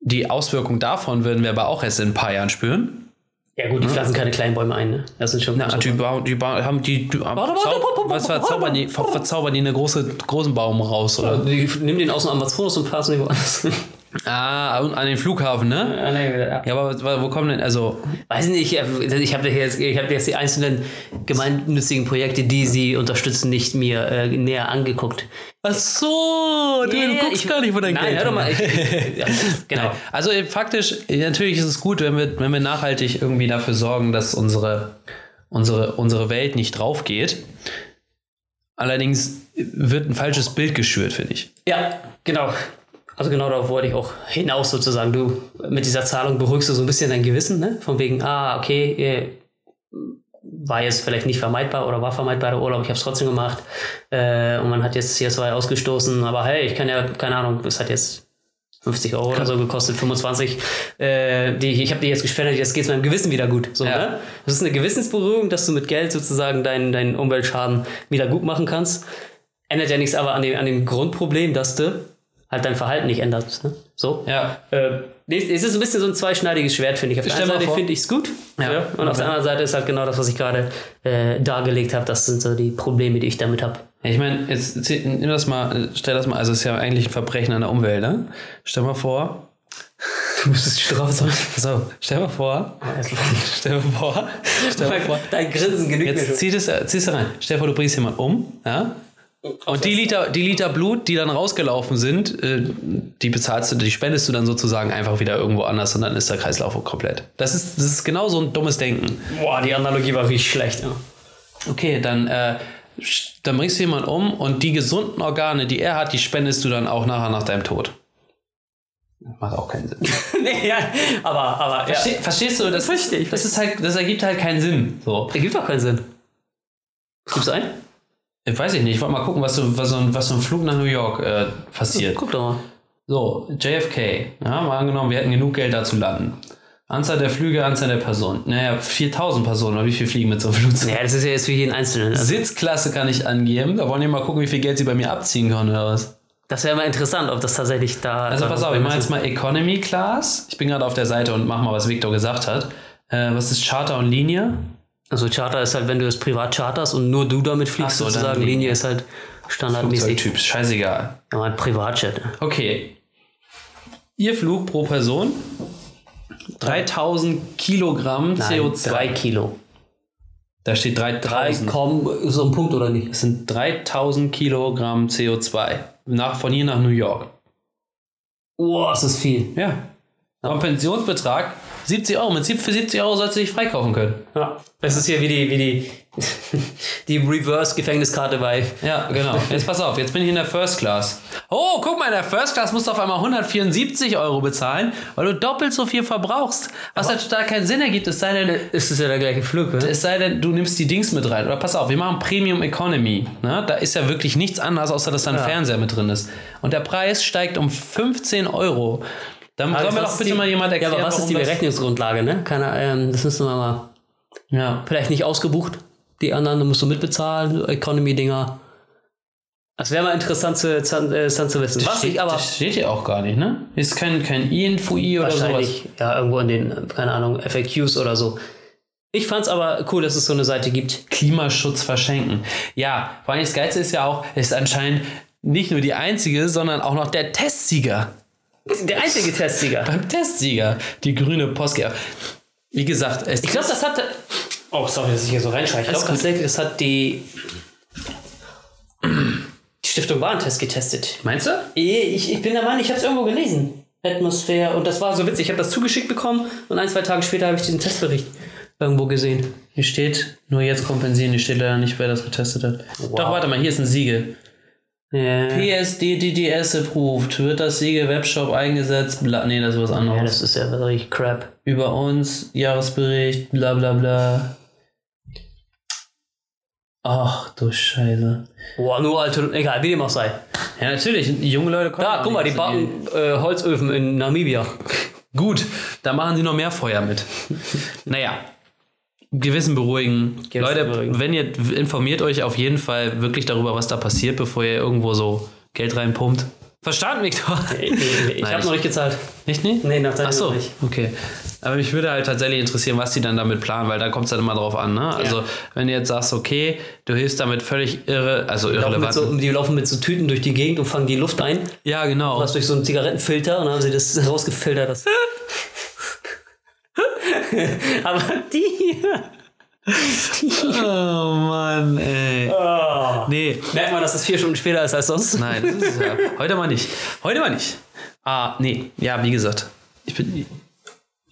Speaker 2: die Auswirkung davon würden wir aber auch erst in ein paar Jahren spüren.
Speaker 1: Ja gut, die pflanzen keine kleinen Bäume ein, ne? Das sind schon
Speaker 2: Na, die, bauen- die bauen- haben die, die haben
Speaker 1: warte,
Speaker 2: Zau-
Speaker 1: warte,
Speaker 2: was
Speaker 1: warte,
Speaker 2: verzaubern die,
Speaker 1: Also,
Speaker 2: ver- verzaubern die einen große, großen Baum raus, oder?
Speaker 1: Die nehmen den aus dem Amazonas und pflanzen den woanders.
Speaker 2: Ah, und an den Flughafen, ne?
Speaker 1: Ah, nee, ja.
Speaker 2: Ja, aber wa- wo kommen denn, also,
Speaker 1: Weiß nicht, ich ich habe jetzt, ich hab jetzt die einzelnen gemeinnützigen Projekte, die sie unterstützen, nicht mir äh, näher angeguckt.
Speaker 2: ach so, du
Speaker 1: Ja,
Speaker 2: guckst gar nicht, wo dein
Speaker 1: Nein,
Speaker 2: Geld
Speaker 1: hör doch mal. Ich, ja, genau.
Speaker 2: Nein. Also äh, faktisch, äh, natürlich ist es gut, wenn wir, wenn wir nachhaltig irgendwie dafür sorgen, dass unsere, unsere, unsere Welt nicht drauf geht. Allerdings wird ein falsches Bild geschürt, finde ich.
Speaker 1: Ja, genau. Also genau darauf wollte ich auch hinaus sozusagen. Du mit dieser Zahlung beruhigst du so ein bisschen dein Gewissen, ne? Von wegen, ah, okay, äh, war jetzt vielleicht nicht vermeidbar oder war vermeidbar der Urlaub, ich habe es trotzdem gemacht. Äh, und man hat jetzt CO2 ausgestoßen, aber hey, ich kann ja, keine Ahnung, das hat jetzt 50 Euro oder so gekostet, 25. Äh, die, ich- ich habe die jetzt gespendet, jetzt geht es meinem Gewissen wieder gut. So,
Speaker 2: Ja.
Speaker 1: ne? Das ist eine Gewissensberührung, dass du mit Geld sozusagen deinen, deinen Umweltschaden wieder gut machen kannst. Ändert ja nichts aber an dem, an dem Grundproblem, dass du halt dein Verhalten nicht änderst. Ne? So.
Speaker 2: Ja.
Speaker 1: Äh, es es ist ein bisschen so ein zweischneidiges Schwert, finde ich. Auf der
Speaker 2: Stell
Speaker 1: einen
Speaker 2: mal
Speaker 1: Seite
Speaker 2: vor-
Speaker 1: finde ich es gut
Speaker 2: Ja.
Speaker 1: ja. und auf der anderen Seite ist halt genau das, was ich gerade äh, dargelegt habe. Das sind so die Probleme, die ich damit habe.
Speaker 2: Ja, Ich meine, jetzt zieh- nimm das mal, äh, stell das mal, also es ist ja eigentlich ein Verbrechen an der Umwelt, ne? Stell mal vor,
Speaker 1: Du müsstest strafen sein.
Speaker 2: so, stell mal vor, stell mal vor, stell mal vor,
Speaker 1: Dein Grinsen genügt mir
Speaker 2: Jetzt
Speaker 1: schon.
Speaker 2: zieh das, zieh das rein. Stell dir vor, du bringst jemanden um, ja?
Speaker 1: Oh,
Speaker 2: Und die Liter, die Liter Blut, die dann rausgelaufen sind, äh, die bezahlst du, die spendest du dann sozusagen einfach wieder irgendwo anders und dann ist der Kreislauf komplett. Das ist, das ist genau so ein dummes Denken.
Speaker 1: Boah, die Analogie war richtig schlecht. Ja.
Speaker 2: Okay, dann, äh, sch- dann bringst du jemanden um und die gesunden Organe, die er hat, die spendest du dann auch nachher nach deinem Tod. Macht auch keinen Sinn.
Speaker 1: nee, ja, aber, aber ja.
Speaker 2: Verste- Verstehst du? Das,
Speaker 1: Verstehe ich.
Speaker 2: das, ist halt, das ergibt halt keinen Sinn. So.
Speaker 1: Ergibt doch keinen Sinn. Gibt's ein?
Speaker 2: Ich weiß ich nicht. Ich wollte mal gucken, was so, was so, ein, was so ein Flug nach New York äh, passiert.
Speaker 1: Guck doch mal.
Speaker 2: So, JFK. Ja, mal angenommen, wir hätten genug Geld da zu landen. Anzahl der Flüge, Anzahl der Personen. Naja, 4000 Personen, oder wie viel fliegen mit so einem Flugzeug?
Speaker 1: Naja, das ist ja jetzt für jeden Einzelnen. Also,
Speaker 2: Sitzklasse kann ich angeben. Da wollen die mal gucken, wie viel Geld sie bei mir abziehen können oder was.
Speaker 1: das wäre mal interessant, ob das tatsächlich da.
Speaker 2: Also pass auf, ich mache jetzt mal Economy Class. Ich bin gerade auf der Seite und mach mal, was Victor gesagt hat. Äh, was ist Charter und Linie?
Speaker 1: Also Charter ist halt, wenn du es privat charterst und nur du damit fliegst,
Speaker 2: Ach so, dann
Speaker 1: sozusagen.
Speaker 2: Linie.
Speaker 1: Linie ist halt standardmäßig.
Speaker 2: Flugzeugtyp, scheißegal.
Speaker 1: Ja, ein Privatjet.
Speaker 2: Okay. Ihr Flug pro Person 3000 Kilogramm CO2.
Speaker 1: Drei Kilo.
Speaker 2: Da steht 3000.
Speaker 1: komm, so ein Punkt oder nicht?
Speaker 2: Das sind 3000 Kilogramm CO2. Nach, von hier nach New York.
Speaker 1: Boah, das ist viel.
Speaker 2: Ja. Aber ein Pensionsbetrag 70 Euro. Mit sieb- für 70 Euro sollst du dich freikaufen können.
Speaker 1: Ja. Das ist hier wie die, wie die, die Reverse-Gefängniskarte bei.
Speaker 2: Ja, genau. Jetzt pass auf, jetzt bin ich in der First Class. Oh, guck mal, in der First Class musst du auf einmal 174 Euro bezahlen, weil du doppelt so viel verbrauchst. Was halt total keinen Sinn ergibt, es sei denn,
Speaker 1: Äh, Ist das ja der gleiche Flug, oder?
Speaker 2: Es sei denn, du nimmst die Dings mit rein. Oder pass auf, wir machen Premium Economy. Ne? Da ist ja wirklich nichts anderes, außer dass da ein Fernseher mit drin ist. Und der Preis steigt um 15 Euro. Dann soll mir
Speaker 1: Also
Speaker 2: doch
Speaker 1: was Ah, ist
Speaker 2: bitte
Speaker 1: die-
Speaker 2: mal jemand erklären,
Speaker 1: Ja, aber was ist
Speaker 2: warum
Speaker 1: die
Speaker 2: das-
Speaker 1: Berechnungsgrundlage, ne? Keine, ähm, das müssen wir mal.
Speaker 2: Ja.
Speaker 1: Vielleicht nicht ausgebucht. Die anderen musst du mitbezahlen, Economy-Dinger. Das wäre mal interessant zu, zu, äh, interessant zu wissen. Was
Speaker 2: steht,
Speaker 1: ich aber
Speaker 2: das steht hier auch gar nicht, ne? Ist kein, kein I-Info-I oder sowas.
Speaker 1: wahrscheinlich ja irgendwo in den, äh, keine Ahnung, FAQs oder so. Ich fand's aber cool, dass es so eine Seite gibt.
Speaker 2: Klimaschutz verschenken. Ja, vor allem das Geilste ist ja auch, ist anscheinend nicht nur die einzige, sondern auch noch der Testsieger.
Speaker 1: Der einzige Testsieger.
Speaker 2: Beim Testsieger, die grüne Postgeber. Wie gesagt, es
Speaker 1: Ich glaube, das hat. Oh, sorry, dass ich hier so reinschreie. Ich glaube tatsächlich, das hat die, die Stiftung Warentest getestet.
Speaker 2: Meinst du?
Speaker 1: Eh, Ich, ich bin der Meinung, ich habe es irgendwo gelesen. Atmosphäre. Und das war so witzig. Ich habe das zugeschickt bekommen und ein, zwei Tage später habe ich diesen Testbericht irgendwo gesehen.
Speaker 2: Hier steht, nur jetzt kompensieren, hier steht leider nicht, wer das getestet hat. Doch, warte mal, hier ist ein Siegel.
Speaker 1: Ja,
Speaker 2: PSDDDS approved. Wird das Siegel Webshop eingesetzt? Bla, nee, das ist was anderes.
Speaker 1: das ist ja wirklich crap.
Speaker 2: Über uns, Jahresbericht, bla bla bla. Ach du Scheiße.
Speaker 1: Boah, nur alte, egal, wie dem auch sei.
Speaker 2: Ja, natürlich, junge Leute kommen.
Speaker 1: Da,
Speaker 2: auch
Speaker 1: guck mal, die
Speaker 2: nicht zu denen.
Speaker 1: bauen äh, Holzöfen in Namibia.
Speaker 2: Gut, da machen sie noch mehr Feuer mit. naja. Gewissen beruhigen.
Speaker 1: Gewissen
Speaker 2: Leute,
Speaker 1: beruhigen.
Speaker 2: wenn ihr informiert euch auf jeden Fall wirklich darüber, was da passiert, bevor ihr irgendwo so Geld reinpumpt. Verstanden, Viktor?
Speaker 1: Ich, ich
Speaker 2: Nein,
Speaker 1: habe
Speaker 2: ich-
Speaker 1: noch nicht gezahlt.
Speaker 2: Nicht, nee?
Speaker 1: Nee, nach
Speaker 2: Ach so,
Speaker 1: nicht.
Speaker 2: okay. Aber mich würde halt tatsächlich interessieren, was die dann damit planen, weil da kommt es dann immer drauf an. Ne? Also, wenn du jetzt sagst, okay, du hilfst damit völlig irre, also
Speaker 1: Die laufen, mit
Speaker 2: irrelevant.
Speaker 1: so, die laufen mit so Tüten durch die Gegend und fangen die Luft ein.
Speaker 2: ja, genau.
Speaker 1: Was durch so einen Zigarettenfilter und dann haben sie das rausgefiltert. Das Aber die hier.
Speaker 2: Oh Mann, ey.
Speaker 1: Ah.
Speaker 2: Nee,
Speaker 1: Merkt man, dass es vier Stunden später ist als sonst.
Speaker 2: nein, das ist es ja. heute mal nicht. Heute mal nicht. Ah, nee, ja, wie gesagt, ich bin,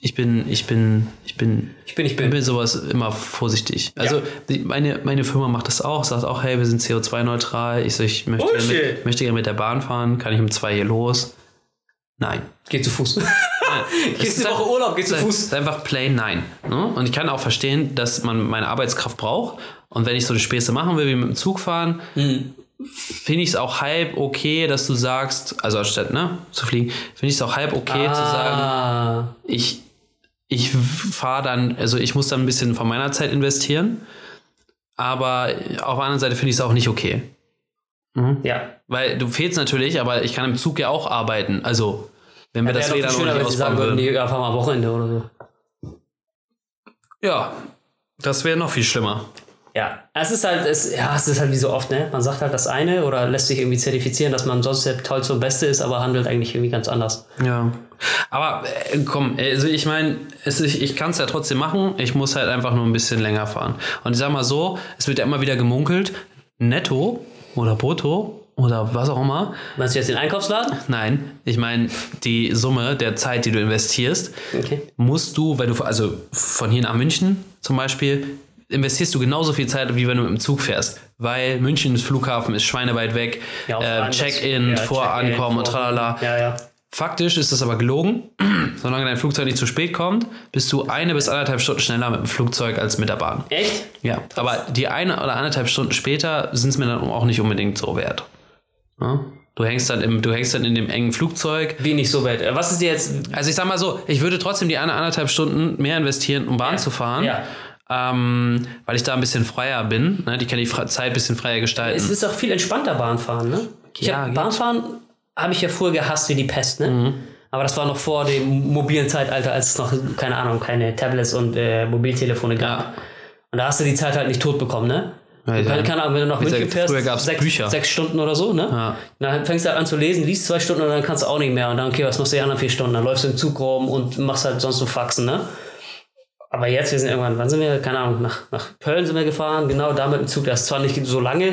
Speaker 2: ich bin, ich bin, ich bin,
Speaker 1: Ich bin, ich
Speaker 2: ich
Speaker 1: bin.
Speaker 2: bin sowas immer vorsichtig. Also die, meine, meine Firma macht das auch, sagt auch, hey, wir sind CO2-neutral. Ich, so, ich möchte, gerne
Speaker 1: Bullshit.
Speaker 2: mit, möchte gerne mit der Bahn fahren, kann ich um zwei hier los? Nein.
Speaker 1: Geh zu Fuß.
Speaker 2: Es
Speaker 1: Gehst
Speaker 2: ist halt
Speaker 1: eine Woche
Speaker 2: einfach-
Speaker 1: Urlaub, gehst zu
Speaker 2: es ist-
Speaker 1: Fuß.
Speaker 2: es Ist einfach plain nein. Ne? Und ich kann auch verstehen, dass man meine Arbeitskraft braucht. Und wenn ich so eine Späße machen will, wie mit dem Zug fahren, finde ich es auch halb okay, dass du sagst, also anstatt ne, zu fliegen, finde ich es auch halb okay zu sagen,
Speaker 1: Ah.
Speaker 2: ich, ich fahre dann, also ich muss dann ein bisschen von meiner Zeit investieren. Aber auf der anderen Seite finde ich es auch nicht okay.
Speaker 1: Ja.
Speaker 2: Weil du fehlst natürlich, aber ich kann im Zug ja auch arbeiten. Also, wenn wir das
Speaker 1: Wäre
Speaker 2: WLAN
Speaker 1: doch
Speaker 2: auch
Speaker 1: viel schöner,
Speaker 2: nicht
Speaker 1: wenn sie sagen
Speaker 2: ausbauen
Speaker 1: würden,
Speaker 2: würden.
Speaker 1: nee, ja, fahren wir am Wochenende oder so.
Speaker 2: Ja, das wäre noch viel schlimmer.
Speaker 1: Ja, es ist halt, es, ja, es ist halt wie so oft, ne? Man sagt halt das eine oder lässt sich irgendwie zertifizieren, dass man sonst der tollste und beste ist, aber handelt eigentlich irgendwie ganz anders.
Speaker 2: Ja. Aber äh, komm, also ich meine, ich, ich kann es ja trotzdem machen, ich muss halt einfach nur ein bisschen länger fahren. Und ich sag mal so, es wird ja immer wieder gemunkelt, netto oder brutto oder was auch immer.
Speaker 1: Meinst du jetzt den Einkaufsladen?
Speaker 2: Nein, ich meine, die Summe der Zeit, die du investierst,
Speaker 1: Okay.
Speaker 2: musst du, wenn du, also von hier nach München zum Beispiel, investierst du genauso viel Zeit, wie wenn du im Zug fährst. Weil München ist Flughafen, ist schweineweit weg,
Speaker 1: Ja, auf
Speaker 2: äh,
Speaker 1: einmal-
Speaker 2: Check-in,
Speaker 1: ja,
Speaker 2: Vorankommen und
Speaker 1: Check-in,
Speaker 2: tralala.
Speaker 1: Ja, ja.
Speaker 2: Faktisch ist das aber gelogen. Solange dein Flugzeug nicht zu spät kommt, bist du eine bis anderthalb Stunden schneller mit dem Flugzeug als mit der Bahn.
Speaker 1: Echt?
Speaker 2: Ja, aber die eine oder anderthalb Stunden später sind es mir dann auch nicht unbedingt so wert. Ja? Du hängst dann im, du hängst dann in dem engen Flugzeug.
Speaker 1: Wie nicht so weit. Äh, Was ist dir jetzt.
Speaker 2: Also ich sag mal so, ich würde trotzdem die eine anderthalb Stunden mehr investieren, um Bahn zu fahren.
Speaker 1: Ja.
Speaker 2: Ähm, weil ich da ein bisschen freier bin. Ne? Ich kann die Fre- Zeit ein bisschen freier gestalten.
Speaker 1: Es ist auch viel entspannter Bahnfahren, ne? Ich
Speaker 2: Ja, Mhm.
Speaker 1: hab,
Speaker 2: geht.
Speaker 1: Bahnfahren habe ich ja früher gehasst wie die Pest, ne? Aber das war noch vor dem mobilen Zeitalter, als es noch, keine Ahnung, keine Tablets und äh, Mobiltelefone gab.
Speaker 2: Ja.
Speaker 1: Und da hast du die Zeit halt nicht tot bekommen, ne?
Speaker 2: Ja,
Speaker 1: keine,
Speaker 2: ja.
Speaker 1: keine Ahnung, wenn du nach München
Speaker 2: gesagt,
Speaker 1: fährst,
Speaker 2: früher gab's
Speaker 1: sechs,
Speaker 2: Bücher.
Speaker 1: sechs Stunden oder so, ne?
Speaker 2: Ja.
Speaker 1: Dann fängst du halt an zu lesen, liest zwei Stunden und dann kannst du auch nicht mehr. Und dann, okay, was machst du die anderen vier Stunden? Dann läufst du im Zug rum und machst halt sonst so Faxen, ne? Aber jetzt, wir sind irgendwann, wann sind wir? Keine Ahnung, nach, nach Köln sind wir gefahren, genau da mit dem Zug. Das ist zwar nicht so lange,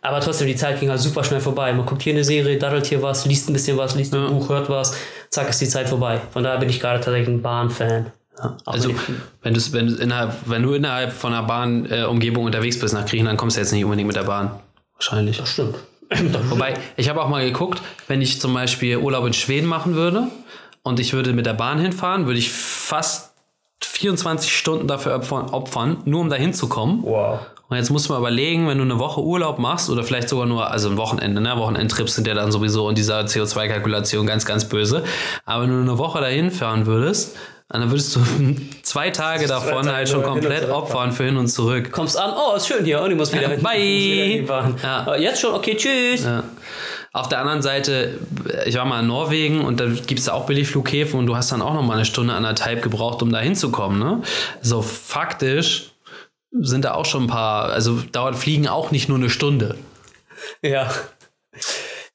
Speaker 1: aber trotzdem, die Zeit ging halt super schnell vorbei. Man guckt hier eine Serie, daddelt hier was, liest ein bisschen was, liest ein Buch, hört was, zack, ist die Zeit vorbei. Von daher bin ich gerade tatsächlich ein Bahnfan. Ja, auch
Speaker 2: Also,
Speaker 1: wenn ich-
Speaker 2: wenn, du's- wenn, du's innerhalb, wenn du innerhalb von einer Bahnumgebung äh, Umgebung unterwegs bist nach Griechenland, kommst du jetzt nicht unbedingt mit der Bahn. Wahrscheinlich.
Speaker 1: das stimmt.
Speaker 2: Wobei, ich habe auch mal geguckt, wenn ich zum Beispiel Urlaub in Schweden machen würde und ich würde mit der Bahn hinfahren, würde ich fast 24 Stunden dafür opfern, opfern nur um da hinzukommen.
Speaker 1: Wow.
Speaker 2: Und jetzt musst du mal überlegen, wenn du eine Woche Urlaub machst oder vielleicht sogar nur, also ein Wochenende, ne? Wochenendtrips sind ja dann sowieso in dieser CO2-Kalkulation ganz, ganz böse. Aber wenn du eine Woche dahin fahren würdest, dann würdest du zwei Tage davon
Speaker 1: Tage
Speaker 2: halt schon
Speaker 1: hin und
Speaker 2: komplett
Speaker 1: zurück
Speaker 2: opfern für hin und zurück.
Speaker 1: kommst an, oh, ist schön hier, und ich muss wieder hin.
Speaker 2: Bye.
Speaker 1: Ich muss wieder hinfahren.
Speaker 2: Ja.
Speaker 1: Aber Jetzt schon, okay, tschüss.
Speaker 2: Ja. Auf der anderen Seite, ich war mal in Norwegen und da gibt es da auch Billigflughäfen und du hast dann auch nochmal eine Stunde, anderthalb gebraucht, um da hinzukommen. Ne? So faktisch sind da auch schon ein paar, also dauert Fliegen auch nicht nur eine Stunde.
Speaker 1: Ja.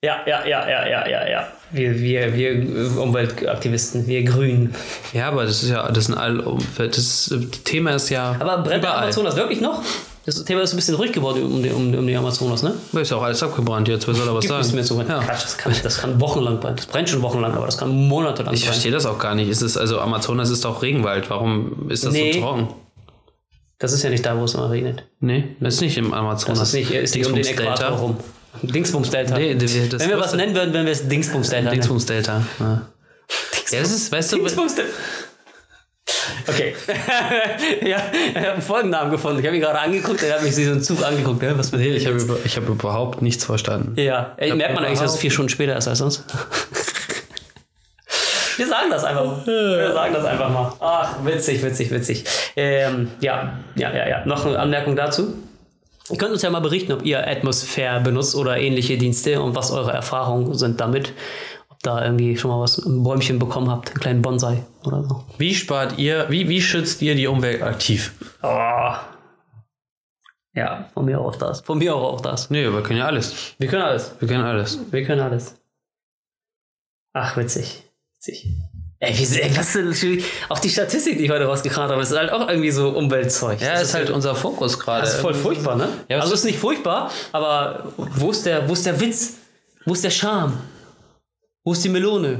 Speaker 1: Ja, ja, ja, ja, ja, ja, ja. Wir, wir, wir äh, Umweltaktivisten, wir Grünen.
Speaker 2: Ja, aber das ist ja, das sind all, das Thema ist ja
Speaker 1: Aber brennt der
Speaker 2: überall.
Speaker 1: Amazonas wirklich noch? Das Thema ist ein bisschen ruhig geworden um den, um, um den Amazonas, ne?
Speaker 2: Ist ja auch alles abgebrannt jetzt, wer soll da was
Speaker 1: Gibt nichts
Speaker 2: sagen?
Speaker 1: mehr so.
Speaker 2: Ja.
Speaker 1: Quatsch, das kann, das kann wochenlang brennen. Das brennt schon wochenlang, aber das kann monatelang
Speaker 2: Ich verstehe das auch gar nicht. Ist es, also Amazonas ist doch Regenwald. Warum ist das
Speaker 1: Nee.
Speaker 2: so trocken?
Speaker 1: Das ist ja nicht da, wo es mal regnet.
Speaker 2: Nee, das ist nicht im Amazonas.
Speaker 1: Das ist nicht ist nicht um den
Speaker 2: Dingsbums
Speaker 1: Äquator
Speaker 2: Delta.
Speaker 1: rum. Dingsbums-Delta.
Speaker 2: Nee, das
Speaker 1: wenn wir was nennen würden, wenn wir es Dingsbums-Delta nennen.
Speaker 2: Dingsbums Delta. Ja. ja, das ist, weißt du,
Speaker 1: Okay. ja, ich habe einen Folgennamen gefunden. Ich habe ihn gerade angeguckt, er hat mich so einen Zug angeguckt. Hä, Was mit
Speaker 2: ich habe über, ich hab überhaupt nichts verstanden.
Speaker 1: Ja, ey, merkt man eigentlich, dass es vier Stunden später ist als sonst? Wir sagen das einfach mal. Wir sagen das einfach mal. Ach, witzig, witzig, witzig. Ähm, ja, ja, ja, ja. Noch eine Anmerkung dazu? Ihr könnt uns ja mal berichten, ob ihr Atmosphere benutzt oder ähnliche Dienste und was eure Erfahrungen sind damit. Ob da irgendwie schon mal was, ein Bäumchen bekommen habt, einen kleinen Bonsai. oder so.
Speaker 2: Wie spart ihr, wie, wie schützt ihr die Umwelt aktiv?
Speaker 1: Ah. Ja, von mir auch das. Von mir auch, auch das.
Speaker 2: Nee, wir können ja alles.
Speaker 1: Wir können alles.
Speaker 2: Wir können alles.
Speaker 1: Wir können alles. Ach, witzig. Witzig. Ey, wie, ey was denn, für- auch die Statistik, die ich heute rausgekramt habe, ist halt auch irgendwie so Umweltzeug.
Speaker 2: Ja,
Speaker 1: Das
Speaker 2: ist halt unser Fokus gerade.
Speaker 1: Das ist voll furchtbar, ne?
Speaker 2: Ja, was-
Speaker 1: also ist nicht furchtbar, aber wo ist der, wo ist der Witz? Wo ist der Charme? Wo ist die Melone?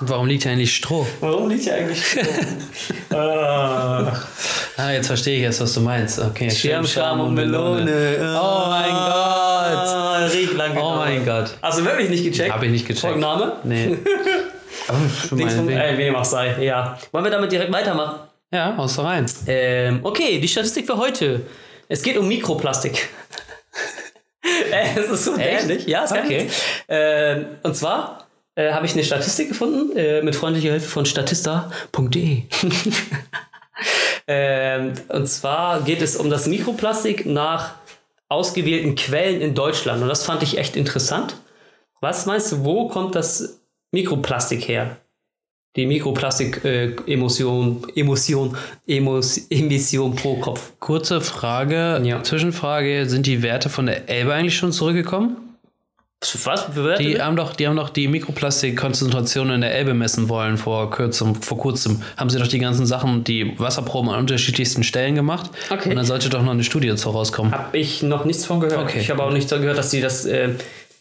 Speaker 2: Warum liegt hier eigentlich Stroh?
Speaker 1: Warum liegt hier eigentlich Äh.
Speaker 2: Ah, jetzt verstehe ich erst, was du meinst. Okay.
Speaker 1: Schirm, Charme und Melone?
Speaker 2: Oh mein Gott.
Speaker 1: Riech Ah, lang
Speaker 2: Oh mein Gott.
Speaker 1: Also wirklich nicht gecheckt?
Speaker 2: Habe ich nicht gecheckt.
Speaker 1: Folgenname?
Speaker 2: Nee. Oh, Aber für
Speaker 1: Nichts
Speaker 2: meinen
Speaker 1: von,
Speaker 2: Weg.
Speaker 1: ey, wem äh, auch sei. Ja. Wollen wir damit direkt weitermachen?
Speaker 2: Ja, aus der Rhein.
Speaker 1: Ähm, okay, die Statistik für heute. Es geht um Mikroplastik. Äh, Es ist so dämlich. Ja, ist
Speaker 2: Okay.
Speaker 1: okay. Ähm, und zwar äh, habe ich eine Statistik gefunden äh, mit freundlicher Hilfe von statista.de. ähm, und zwar geht es um das Mikroplastik nach ausgewählten Quellen in Deutschland. Und das fand ich echt interessant. Was meinst du, wo kommt das Mikroplastik her? Die Mikroplastik-Emission, Emotion, Emos, Emission pro Kopf.
Speaker 2: Kurze Frage,
Speaker 1: Ja.
Speaker 2: Zwischenfrage, sind die Werte von der Elbe eigentlich schon zurückgekommen?
Speaker 1: Was? Werte?
Speaker 2: Die haben doch, die haben doch die Mikroplastikkonzentration in der Elbe messen wollen vor kurzem, vor kurzem. Haben sie doch die ganzen Sachen, die Wasserproben an unterschiedlichsten Stellen gemacht.
Speaker 1: Okay.
Speaker 2: Und dann sollte doch noch eine Studie zu rauskommen.
Speaker 1: Habe ich noch nichts von gehört.
Speaker 2: Okay.
Speaker 1: Ich habe auch nicht so gehört, dass die das, äh,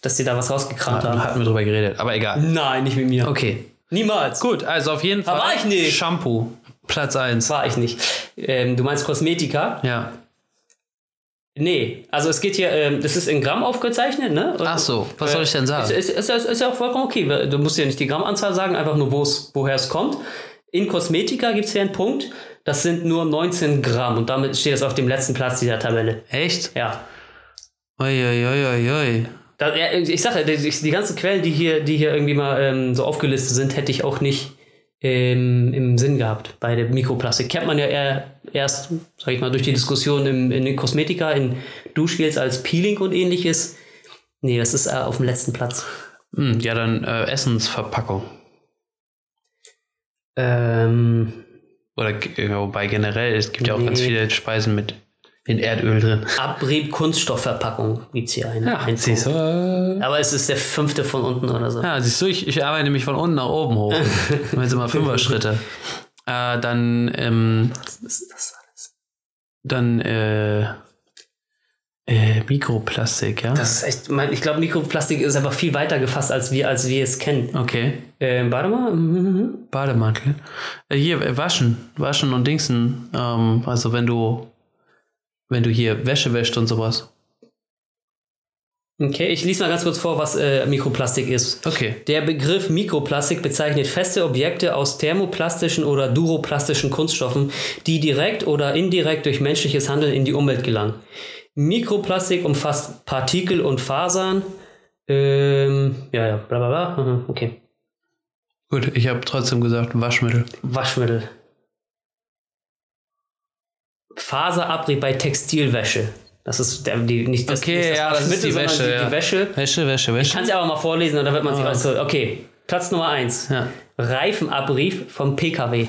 Speaker 1: dass die da was rausgekramt
Speaker 2: Da
Speaker 1: haben.
Speaker 2: hatten wir drüber geredet, aber egal.
Speaker 1: Nein, nicht mit mir.
Speaker 2: Okay.
Speaker 1: Niemals.
Speaker 2: Gut, also auf jeden Fall.
Speaker 1: war ich nicht.
Speaker 2: Shampoo, Platz 1.
Speaker 1: War ich nicht. Ähm, du meinst Kosmetika?
Speaker 2: Ja.
Speaker 1: Nee, also es geht hier, ähm, das ist in Gramm aufgezeichnet, ne?
Speaker 2: Ach so, was soll ich
Speaker 1: Äh,
Speaker 2: denn sagen?
Speaker 1: Ist, ist, ist, ist ja auch vollkommen okay. weil Du musst ja nicht die Grammanzahl sagen, einfach nur, wo's, woher es kommt. In Kosmetika gibt es hier einen Punkt, das sind nur 19 Gramm und damit steht es auf dem letzten Platz dieser Tabelle.
Speaker 2: Echt?
Speaker 1: Ja.
Speaker 2: Uiuiuiui.
Speaker 1: Da, ja, ich sage, die, die ganzen Quellen, die hier, die hier irgendwie mal ähm, so aufgelistet sind, hätte ich auch nicht ähm, im Sinn gehabt bei der Mikroplastik. Kennt man ja eher, erst, sag ich mal, durch die Diskussion im, in den Kosmetika, in Duschgels als Peeling und ähnliches. Nee, das ist äh, auf dem letzten Platz.
Speaker 2: Hm, ja, dann äh, Essensverpackung.
Speaker 1: Ähm,
Speaker 2: Oder ge- ja, wobei generell, es gibt ja auch ganz
Speaker 1: Nee.
Speaker 2: viele Speisen mit in Erdöl drin.
Speaker 1: Abrieb-Kunststoffverpackung gibt es hier eine. einen
Speaker 2: siehst
Speaker 1: Punkt.
Speaker 2: du.
Speaker 1: Aber es ist der fünfte von unten oder so.
Speaker 2: Ja, siehst du, ich, ich arbeite mich von unten nach oben hoch. Wenn es immer fünfer Schritte. Äh, dann, ähm,
Speaker 1: Was ist das alles?
Speaker 2: dann, äh, äh, Mikroplastik, ja?
Speaker 1: Das ist echt, mein, ich glaube, Mikroplastik ist aber viel weiter gefasst, als wir, als wir es kennen.
Speaker 2: okay.
Speaker 1: Ähm, warte mal. Mhm.
Speaker 2: Bademantel. Äh, hier, äh, waschen. Waschen und Dingsen. Ähm, also wenn du, wenn du hier Wäsche wäscht und sowas.
Speaker 1: Okay, ich lese mal ganz kurz vor, was äh, Mikroplastik ist.
Speaker 2: Okay.
Speaker 1: Der Begriff Mikroplastik bezeichnet feste Objekte aus thermoplastischen oder duroplastischen Kunststoffen, die direkt oder indirekt durch menschliches Handeln in die Umwelt gelangen. Mikroplastik umfasst Partikel und Fasern. Ähm, ja, ja, bla bla bla. Mhm, Okay.
Speaker 2: Gut, ich habe trotzdem gesagt Waschmittel.
Speaker 1: Waschmittel. Faserabrieb bei Textilwäsche. Das ist der, die, nicht das,
Speaker 2: Okay,
Speaker 1: nicht das
Speaker 2: ja, das ist die
Speaker 1: Waschmittel, sondern
Speaker 2: Wäsche,
Speaker 1: Die,
Speaker 2: ja.
Speaker 1: die Wäsche.
Speaker 2: Wäsche, Wäsche, Wäsche.
Speaker 1: Kannst ja aber mal vorlesen und dann wird man sich also, okay. Platz Nummer 1.
Speaker 2: Ja.
Speaker 1: Reifenabrieb vom PKW.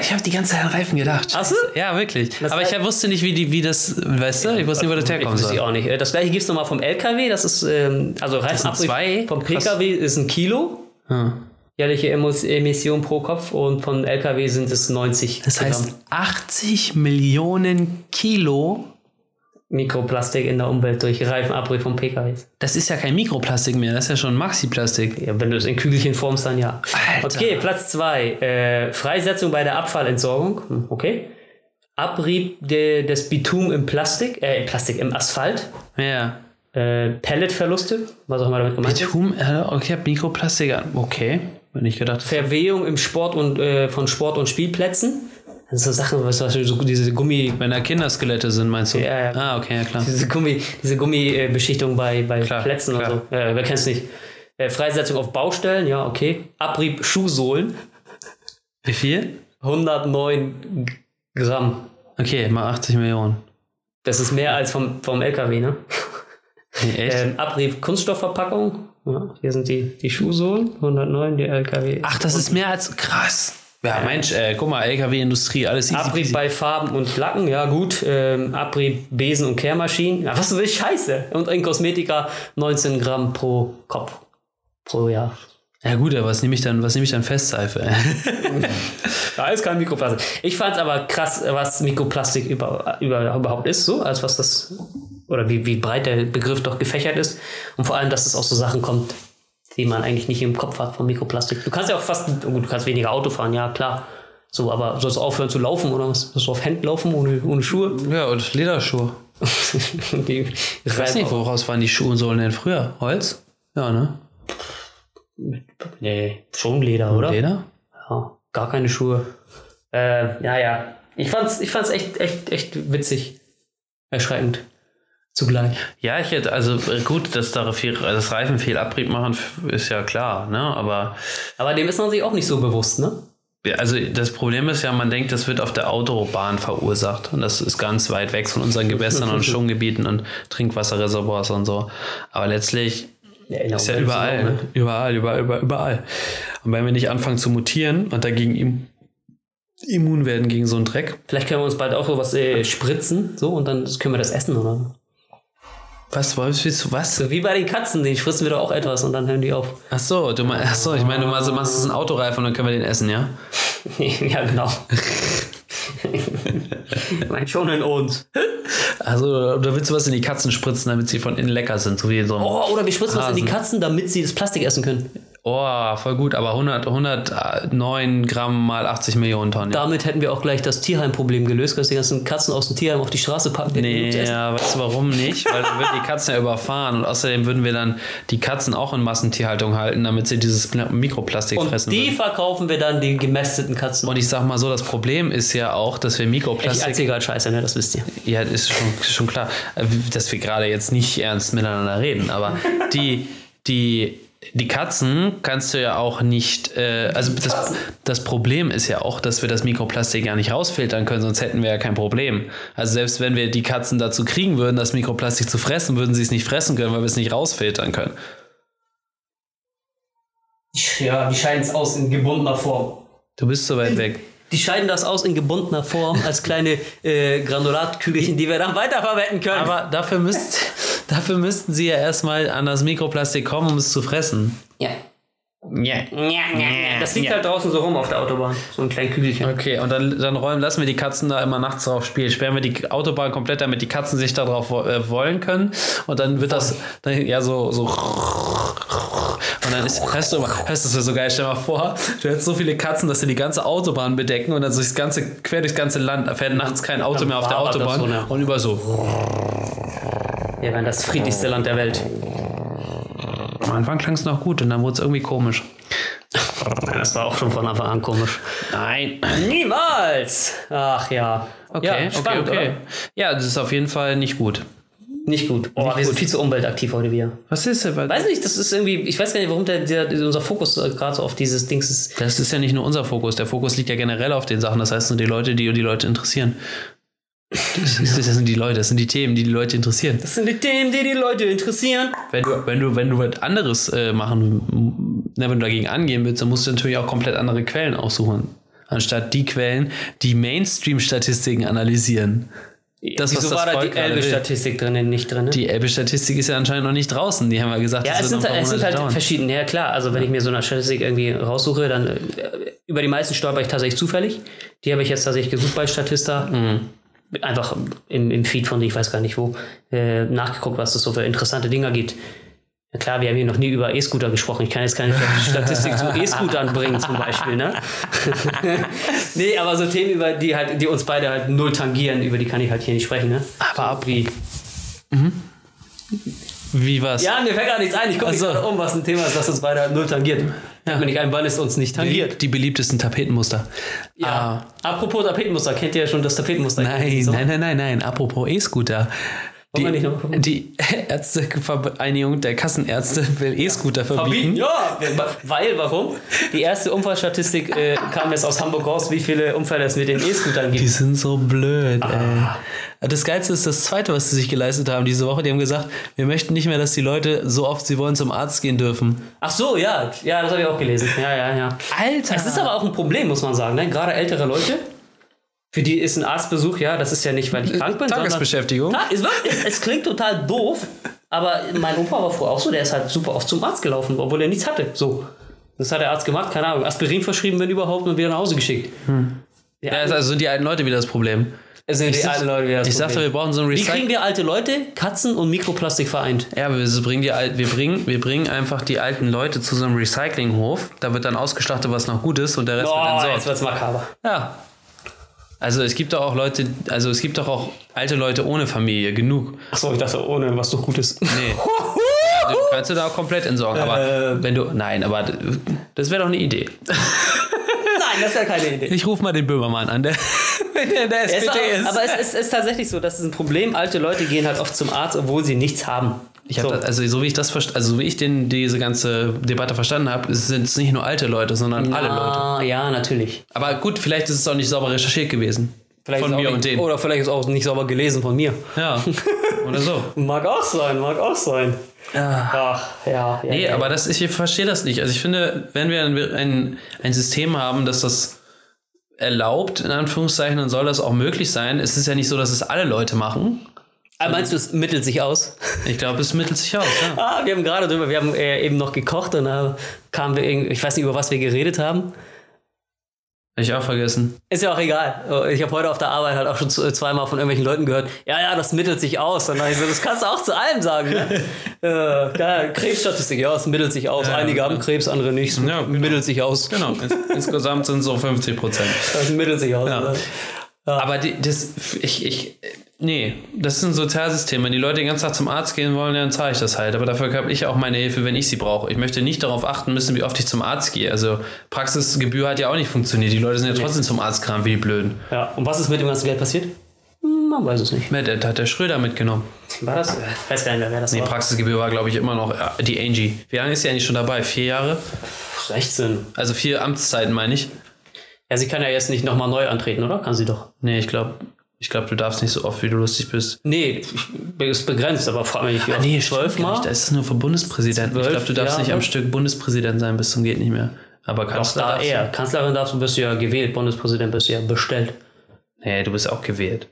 Speaker 2: Ich habe die ganze Zeit an Reifen gedacht.
Speaker 1: Hast du?
Speaker 2: Ja, wirklich. Aber
Speaker 1: heißt-
Speaker 2: ich wusste nicht, wie, die, wie das, weißt du, ich wusste nicht, wo das herkommen
Speaker 1: Äh, Ich weiß
Speaker 2: soll.
Speaker 1: auch nicht. Das gleiche gibt es nochmal vom LKW. Das ist, ähm, also
Speaker 2: zwei?
Speaker 1: Reifenabrieb vom
Speaker 2: Krass.
Speaker 1: PKW ist ein Kilo.
Speaker 2: Hm.
Speaker 1: Jährliche Emos- Emission pro Kopf und von LKW sind es 90
Speaker 2: Das heißt, 80 Millionen Kilo,
Speaker 1: Mikroplastik in der Umwelt durch Reifenabrieb vom PKWs.
Speaker 2: das ist ja kein Mikroplastik mehr, das ist ja schon Maxiplastik.
Speaker 1: Ja, wenn du es in Kügelchen formst, dann ja.
Speaker 2: Alter.
Speaker 1: Okay, Platz 2. Äh, Freisetzung bei der Abfallentsorgung. Hm, Okay. Abrieb de, des Bitum im Plastik, äh, im Plastik, im Asphalt.
Speaker 2: Ja.
Speaker 1: Äh, Pelletverluste, was auch immer damit gemeint ist.
Speaker 2: Tum, äh, okay, hab Mikroplastik an. Okay, wenn ich gedacht
Speaker 1: Verwehung im Sport und äh, von Sport- und Spielplätzen. Das sind so Sachen, was was- so diese Gummi,
Speaker 2: Wenn da Kinderskelette sind, meinst du?
Speaker 1: Ja, ja.
Speaker 2: Ah, okay, ja klar.
Speaker 1: diese Gummi, diese Gummibeschichtung bei, bei
Speaker 2: Klar,
Speaker 1: Plätzen
Speaker 2: klar.
Speaker 1: oder so. Äh, wer kennt's nicht? Äh, Freisetzung auf Baustellen, ja, okay. Abrieb Schuhsohlen,
Speaker 2: Wie viel?
Speaker 1: 109 Gramm.
Speaker 2: Okay, mal 80 Millionen.
Speaker 1: Das ist mehr als vom, vom LKW, ne?
Speaker 2: Nee, echt?
Speaker 1: Ähm, Abrieb Kunststoffverpackung. Ja, hier sind die, die Schuhsohlen, 109, die LKW.
Speaker 2: Ach, das ist mehr als krass. Ja, Mensch, äh, guck mal, LKW-Industrie, alles easy.
Speaker 1: Abrieb
Speaker 2: peasy.
Speaker 1: bei Farben und Lacken, ja gut. Ähm, Abrieb Besen und Kehrmaschinen. Ja, was für Scheiße. Und in Kosmetika 19 Gramm pro Kopf. Pro Jahr.
Speaker 2: Ja gut, aber was nehme ich dann, was nehme ich dann Festseife?
Speaker 1: Da ist kein Mikroplastik. Ich fand es aber krass, was Mikroplastik über, über, überhaupt ist, so, als was das, oder wie, wie breit der Begriff doch gefächert ist. Und vor allem, dass es aus so Sachen kommt, die man eigentlich nicht im Kopf hat von Mikroplastik. Du kannst ja auch fast, oh gut, du kannst weniger Auto fahren, ja, klar. So, aber sollst du aufhören zu laufen oder was? Sollst du auf Händen laufen ohne, ohne Schuhe?
Speaker 2: ja, und Lederschuhe.
Speaker 1: die
Speaker 2: Ich weiß nicht, woraus waren die Schuhensohlen denn früher? Holz? Ja, ne?
Speaker 1: Nee, schon Leder, oder?
Speaker 2: Leder?
Speaker 1: Ja, Oh, gar keine Schuhe. Äh, ja, ja. Ich fand's, ich fand's echt, echt, echt witzig. Erschreckend. Zugleich.
Speaker 2: Ja, ich hätte, also äh, gut, dass da viel, das Reifen viel Abrieb machen, ist ja klar, ne? Aber
Speaker 1: Aber dem ist man sich auch nicht so bewusst, ne?
Speaker 2: Ja, Also das Problem ist ja, man denkt, das wird auf der Autobahn verursacht und das ist ganz weit weg von unseren Gewässern und Schwimmgebieten und Trinkwasserreservoirs und so. Aber letztlich ist ja überall,
Speaker 1: ne?
Speaker 2: ne? überall, überall, überall, überall. Und wenn wir nicht anfangen zu mutieren und dagegen im, immun werden gegen so einen Dreck,
Speaker 1: Vielleicht können wir uns bald auch so was äh, spritzen, so, und dann können wir das essen, oder?
Speaker 2: was Wolfs willst du was?
Speaker 1: So wie bei den Katzen, den spritzen wir doch auch etwas und dann hören die auf.
Speaker 2: Ach so, du meinst, ach so, ich meine, du machst, du machst jetzt einen Autoreifen und dann können wir den essen, ja?
Speaker 1: ja, genau. Ich meine, schon in uns.
Speaker 2: Also, da willst du was in die Katzen spritzen, damit sie von innen lecker sind, so wie so ein
Speaker 1: Oh, oder wir spritzen was in die Katzen, damit sie das Plastik essen können.
Speaker 2: Oh, voll gut, aber 100, 109 Gramm mal 80 Millionen Tonnen. Ja.
Speaker 1: Damit hätten wir auch gleich das Tierheimproblem gelöst, dass die ganzen Katzen aus dem Tierheim auf die Straße packen. die hätten genug zu
Speaker 2: Nee,
Speaker 1: essen.
Speaker 2: ja, weißt du warum nicht? Weil dann würden die Katzen ja überfahren und außerdem würden wir dann die Katzen auch in Massentierhaltung halten, damit sie dieses Pla- Mikroplastik fressen
Speaker 1: Und die
Speaker 2: würden.
Speaker 1: verkaufen wir dann den gemästeten Katzen.
Speaker 2: Und ich sag mal so, das Problem ist ja auch, dass wir
Speaker 1: Ich
Speaker 2: Mikroplastik,
Speaker 1: erzähl gerade Scheiße, ne? Das wisst ihr.
Speaker 2: ja, ist schon, schon klar, äh, dass wir gerade jetzt nicht ernst miteinander reden, aber die, die, die Katzen kannst du ja auch nicht, äh, also das, das Problem ist ja auch, dass wir das Mikroplastik gar nicht rausfiltern können, sonst hätten wir ja kein Problem. Also selbst wenn wir die Katzen dazu kriegen würden, das Mikroplastik zu fressen, würden sie es nicht fressen können, weil wir es nicht rausfiltern können.
Speaker 1: Ja, die scheiden es aus in gebundener Form.
Speaker 2: Du bist so weit weg.
Speaker 1: Die scheiden das aus in gebundener Form als kleine äh, Granulatkügelchen, die wir dann weiterverwenden können.
Speaker 2: Aber dafür, müsst, dafür müssten sie ja erstmal an das Mikroplastik kommen, um es zu fressen.
Speaker 1: ja.
Speaker 2: Yeah.
Speaker 1: Das liegt halt draußen so rum auf der Autobahn. So ein kleines Kügelchen.
Speaker 2: Okay, und dann, dann räumen, lassen wir die Katzen da immer nachts drauf spielen. Sperren wir die Autobahn komplett, damit die Katzen sich da drauf wo- äh, wollen können. Und dann wird das, dann, ja, so, so. Und dann ist, hörst du immer, hörst du das so geil, stell mal vor, du hättest so viele Katzen, dass sie die ganze Autobahn bedecken und dann so das ganze, quer durchs ganze Land, da fährt nachts kein Auto mehr auf der
Speaker 1: wabert das
Speaker 2: Autobahn
Speaker 1: so, ne?
Speaker 2: und über so.
Speaker 1: Wir wären das friedlichste Land der Welt.
Speaker 2: Am Anfang klang es noch gut und dann wurde es irgendwie komisch.
Speaker 1: Das war auch schon von Anfang an komisch.
Speaker 2: Nein.
Speaker 1: Niemals! Ach ja.
Speaker 2: Okay,
Speaker 1: ja,
Speaker 2: okay,
Speaker 1: spannend,
Speaker 2: okay.
Speaker 1: Oder?
Speaker 2: Ja, das ist auf jeden Fall nicht gut.
Speaker 1: Nicht gut. Oh, wir sind viel zu umweltaktiv heute wieder.
Speaker 2: Was ist denn?
Speaker 1: Weiß nicht, das ist irgendwie, ich weiß gar nicht, warum der, der, unser Fokus äh, gerade so auf dieses Dings ist.
Speaker 2: Das ist ja nicht nur unser Fokus. Der Fokus liegt ja generell auf den Sachen. Das heißt, es sind die Leute, die die Leute interessieren. Das, ist, das sind die Leute, das sind die Themen, die die Leute interessieren.
Speaker 1: Das sind die Themen, die die Leute interessieren.
Speaker 2: Wenn du, wenn du, wenn du was anderes äh, machen, na, wenn du dagegen angehen willst, dann musst du natürlich auch komplett andere Quellen aussuchen. Anstatt die Quellen, die Mainstream-Statistiken analysieren. Das, was
Speaker 1: Wieso
Speaker 2: das
Speaker 1: war da
Speaker 2: Volk
Speaker 1: die
Speaker 2: gerade will.
Speaker 1: Elbe-Statistik drinnen, nicht drin? ne?
Speaker 2: Die Elbe-Statistik ist ja anscheinend noch nicht draußen. Die haben ja gesagt,
Speaker 1: ja,
Speaker 2: das
Speaker 1: es
Speaker 2: wird
Speaker 1: sind,
Speaker 2: noch ein paar
Speaker 1: es sind halt
Speaker 2: Monate dauern.
Speaker 1: verschiedene, ja klar. Also wenn ich mir so eine Statistik irgendwie raussuche, dann äh, über die meisten stolper ich tatsächlich zufällig. Die habe ich jetzt tatsächlich gesucht bei Statista.
Speaker 2: Mhm.
Speaker 1: Einfach im, im Feed von, ich weiß gar nicht wo, äh, nachgeguckt, was es so für interessante Dinger gibt. Ja klar, wir haben hier noch nie über E-Scooter gesprochen. Ich kann jetzt keine Statistik zu E-Scootern bringen, zum Beispiel, ne? nee, aber so Themen, über die halt, die uns beide halt null tangieren, über die kann ich halt hier nicht sprechen, ne?
Speaker 2: Aber ab wie? Mhm. Wie war's?
Speaker 1: Ja, mir fällt gar nichts ein. Ich gucke mich gerade um, was ein Thema ist, was uns beide halt null tangiert. Wenn nicht ein, wann es uns nicht tangiert. Ah.
Speaker 2: Die beliebtesten Tapetenmuster. Ah.
Speaker 1: Ja. Apropos Tapetenmuster, kennt ihr ja schon das Tapetenmuster?
Speaker 2: Nein, nein, nein, nein, nein. Apropos E-Scooter.
Speaker 1: Wollen wir
Speaker 2: Die,
Speaker 1: nicht noch mal gucken?
Speaker 2: die Ärztevereinigung der Kassenärzte will E-Scooter verbieten.
Speaker 1: Verbieten? Ja, weil, warum? Die erste Unfallstatistik äh, kam jetzt aus Hamburg raus, wie viele Unfälle es mit den E-Scootern
Speaker 2: Die
Speaker 1: gibt.
Speaker 2: sind so blöd,
Speaker 1: Ah.
Speaker 2: ey. Das Geilste ist das Zweite, was sie sich geleistet haben diese Woche. Die haben gesagt, wir möchten nicht mehr, dass die Leute so oft sie wollen zum Arzt gehen dürfen.
Speaker 1: Ach so, ja, ja, das habe ich auch gelesen. Ja, ja, ja.
Speaker 2: Alter!
Speaker 1: Es ist aber auch ein Problem, muss man sagen. Ne? Gerade ältere Leute, für die ist ein Arztbesuch, ja, das ist ja nicht, weil ich krank bin. sondern-
Speaker 2: Tagesbeschäftigung.
Speaker 1: Ja, es, wirkt, es, es klingt total doof, aber mein Opa war früher auch so, der ist halt super oft zum Arzt gelaufen, obwohl er nichts hatte. So. Das hat der Arzt gemacht, keine Ahnung. Aspirin verschrieben, wenn überhaupt, und wieder nach Hause geschickt.
Speaker 2: Ja, ist also sind die alten Leute wieder das Problem.
Speaker 1: Es sind
Speaker 2: Ich sag- Ich sagte, wir brauchen so ein
Speaker 1: Wie
Speaker 2: Recycling.
Speaker 1: kriegen wir alte Leute, Katzen und Mikroplastik vereint?
Speaker 2: Ja, wir so bringen, die, Al- wir, bringen, wir bringen einfach die alten Leute zu so einem Recyclinghof. Da wird dann ausgeschlachtet, was noch gut ist und der Rest wird
Speaker 1: Oh, jetzt
Speaker 2: entsorgt.
Speaker 1: wird's makaber.
Speaker 2: Ja. Also es gibt doch auch Leute, also es gibt doch auch alte Leute ohne Familie, genug.
Speaker 1: Achso, ich dachte, ohne was doch Gutes.
Speaker 2: Nee. Du kannst du da auch komplett entsorgen. Aber
Speaker 1: Ähm.
Speaker 2: wenn du. Nein, aber d- das wäre doch eine Idee.
Speaker 1: Nein, das ist ja keine Idee.
Speaker 2: Ich rufe mal den Böhmermann an, der, wenn der in der
Speaker 1: Es war,
Speaker 2: SPD ist.
Speaker 1: aber es ist, ist tatsächlich so, das ist ein Problem. Alte Leute gehen halt oft zum Arzt, obwohl sie nichts haben.
Speaker 2: Ich hab
Speaker 1: so.
Speaker 2: das, also so wie ich das verst- also so wie ich den, diese ganze Debatte verstanden habe, sind es nicht nur alte Leute, sondern alle Leute.
Speaker 1: Ah, ja, natürlich.
Speaker 2: Aber gut, vielleicht ist es auch nicht sauber recherchiert gewesen.
Speaker 1: Vielleicht
Speaker 2: von
Speaker 1: ist auch
Speaker 2: mir
Speaker 1: nicht, Oh.
Speaker 2: und denen.
Speaker 1: Oder vielleicht ist auch nicht sauber gelesen von mir.
Speaker 2: Ja. Oder so.
Speaker 1: Mag auch sein, mag auch sein. Ach, ja. ja
Speaker 2: Ah. Nee,
Speaker 1: ja.
Speaker 2: aber das, ich verstehe das nicht. Also ich finde, wenn wir ein, ein, ein System haben, das das erlaubt, in Anführungszeichen, dann soll das auch möglich sein. Es ist ja nicht so, dass es alle Leute machen.
Speaker 1: Aber Ah, meinst du, es mittelt sich aus?
Speaker 2: Ich glaube, es mittelt sich aus. Ja.
Speaker 1: Ah, wir haben gerade drüber, wir haben äh, eben noch gekocht und da kamen wir irgendwie, ich weiß nicht, über was wir geredet haben.
Speaker 2: Hab ich auch vergessen.
Speaker 1: Ist ja auch egal. Äh, Ich habe heute auf der Arbeit halt auch schon z- zweimal von irgendwelchen Leuten gehört, ja, ja, das mittelt sich aus. Und dann dachte ich so, das kannst du auch zu allem sagen. Ne? äh, ja, Krebsstatistik, ja, es mittelt sich aus. Einige haben Krebs, andere nicht. Es
Speaker 2: Ja, genau.
Speaker 1: mittelt sich aus.
Speaker 2: Genau. Ins, insgesamt sind es so 50 Prozent.
Speaker 1: Das mittelt sich aus. ne?
Speaker 2: Aber die, das, ich, ich, nee, das ist ein Sozialsystem. Wenn die Leute den ganzen Tag zum Arzt gehen wollen, dann zahle ich das halt. Aber dafür habe ich auch meine Hilfe, wenn ich sie brauche. Ich möchte nicht darauf achten müssen, wie oft ich zum Arzt gehe. Also Praxisgebühr hat ja auch nicht funktioniert. Die Leute sind ja trotzdem zum Arzt gerannt, wie die Blöden.
Speaker 1: Ja, und was ist mit dem ganzen Geld passiert? Hm, Man weiß es nicht.
Speaker 2: Ja, das hat der Schröder mitgenommen.
Speaker 1: War das? Ich weiß gar nicht mehr, wer das
Speaker 2: Die
Speaker 1: war.
Speaker 2: Praxisgebühr war, glaube ich, immer noch äh, die Angie. Wie lange ist sie eigentlich schon dabei? Vier Jahre?
Speaker 1: 16.
Speaker 2: Also vier Amtszeiten, meine ich.
Speaker 1: Ja, sie kann ja jetzt nicht nochmal neu antreten, oder? Kann sie doch.
Speaker 2: Nee, ich glaube, ich glaube, du darfst nicht so oft, wie du lustig bist.
Speaker 1: Nee, ich- ist begrenzt, aber vor allem nicht. Ah,
Speaker 2: Nicht. Das ist nur für Bundespräsidenten. ich
Speaker 1: Zwölf
Speaker 2: glaube, du darfst nicht
Speaker 1: Jahre.
Speaker 2: am Stück Bundespräsident sein, bis zum geht nicht mehr. Aber
Speaker 1: Auch
Speaker 2: Kanzler
Speaker 1: da
Speaker 2: darfst
Speaker 1: eher. Kanzlerin darfst du, bist du ja gewählt, Bundespräsident bist du ja bestellt.
Speaker 2: du. Nee, du bist auch gewählt.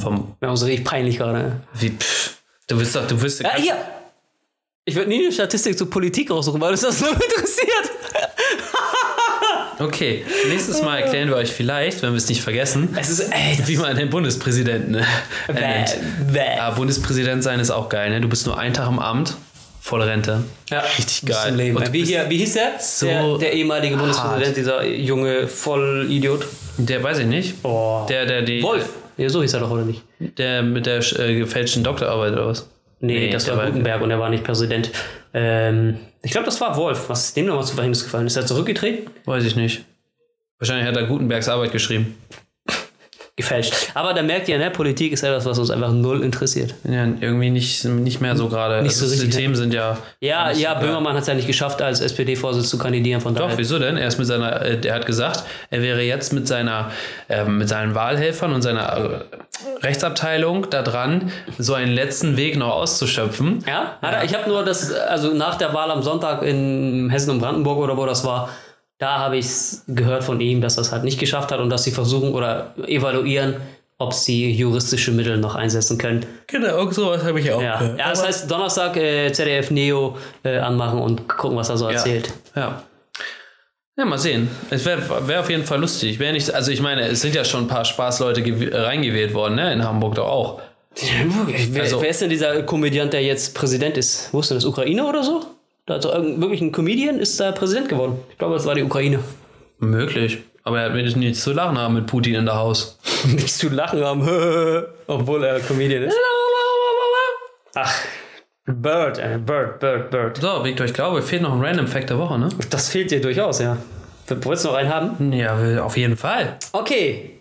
Speaker 2: Vom
Speaker 1: Ja, so richtig peinlich gerade.
Speaker 2: wie pff, du wirst doch, du wirst
Speaker 1: Ja, Ah, hier! Ich würde nie eine Statistik zur Politik raussuchen, weil uns das nur interessiert.
Speaker 2: Okay, nächstes Mal erklären wir euch vielleicht, wenn wir es nicht vergessen,
Speaker 1: Es ist echt
Speaker 2: wie man einen Bundespräsidenten äh,
Speaker 1: bäh,
Speaker 2: ernennt.
Speaker 1: bäh.
Speaker 2: Ja, Bundespräsident sein ist auch geil, ne? Du bist nur einen Tag im Amt, volle Rente.
Speaker 1: Ja,
Speaker 2: richtig
Speaker 1: bis
Speaker 2: geil.
Speaker 1: zum Leben. ne?
Speaker 2: Und
Speaker 1: Wie, hier, wie hieß der? der? Der ehemalige Bundespräsident, dieser junge Vollidiot.
Speaker 2: Der weiß ich nicht.
Speaker 1: Boah.
Speaker 2: Der, der, die,
Speaker 1: Oh. Wolf. Ja, so hieß er doch, oder nicht?
Speaker 2: der mit der äh, gefälschten Doktorarbeit oder was?
Speaker 1: Nee, das
Speaker 2: der
Speaker 1: war Gutenberg und er war nicht Präsident. Ähm, ich glaube, das war Wolf. Was ist dem nochmal zu Verhängnis gefallen? Ist er zurückgetreten?
Speaker 2: Weiß ich nicht. Wahrscheinlich hat er Gutenbergs Arbeit geschrieben.
Speaker 1: Gefälscht. Aber da merkt ihr, ne, Politik ist etwas, was uns einfach null interessiert.
Speaker 2: Ja, irgendwie nicht, nicht mehr so gerade.
Speaker 1: Nicht so
Speaker 2: Also,
Speaker 1: richtig,
Speaker 2: Die Themen sind ja.
Speaker 1: Ja, ja, Böhmermann hat es ja nicht geschafft, als SPD-Vorsitz zu kandidieren. Von
Speaker 2: Doch,
Speaker 1: daher.
Speaker 2: wieso denn? Er ist mit seiner, äh, er hat gesagt, er wäre jetzt mit seiner, ähm, mit seinen Wahlhelfern und seiner äh, Rechtsabteilung da dran, so einen letzten Weg noch auszuschöpfen.
Speaker 1: Ja? Hat Er, ich habe nur das, also nach der Wahl am Sonntag in Hessen und Brandenburg oder wo das war, da habe ich gehört von ihm, dass das halt nicht geschafft hat und dass sie versuchen oder evaluieren, ob sie juristische Mittel noch einsetzen können.
Speaker 2: Genau, irgend sowas habe ich auch.
Speaker 1: Ja, ja das heißt Donnerstag äh, ZDF Neo äh, anmachen und gucken, was er so erzählt.
Speaker 2: Ja. Ja, mal sehen. Es wäre wär auf jeden Fall lustig. Wär nicht, also ich meine, es sind ja schon ein paar Spaßleute gew- reingewählt worden, ne? In Hamburg doch auch.
Speaker 1: Wer,
Speaker 2: Also-
Speaker 1: wer ist denn dieser Komödiant, der jetzt Präsident ist? Wo ist denn das? Ukraine oder so? Da hat doch irgend- wirklich ein Comedian ist da Präsident geworden. Ich glaube, das war die Ukraine.
Speaker 2: Möglich. Aber er hat wenigstens nichts zu lachen haben mit Putin in der Haus.
Speaker 1: Nichts zu lachen haben, obwohl er Comedian ist. Ach, Bird, äh, Bird, Bird, Bird.
Speaker 2: So, Victor, ich glaube, fehlt noch ein Random Fact der Woche, ne?
Speaker 1: Das fehlt dir durchaus, ja. Wolltest du noch einen haben?
Speaker 2: Ja, auf jeden Fall.
Speaker 1: Okay.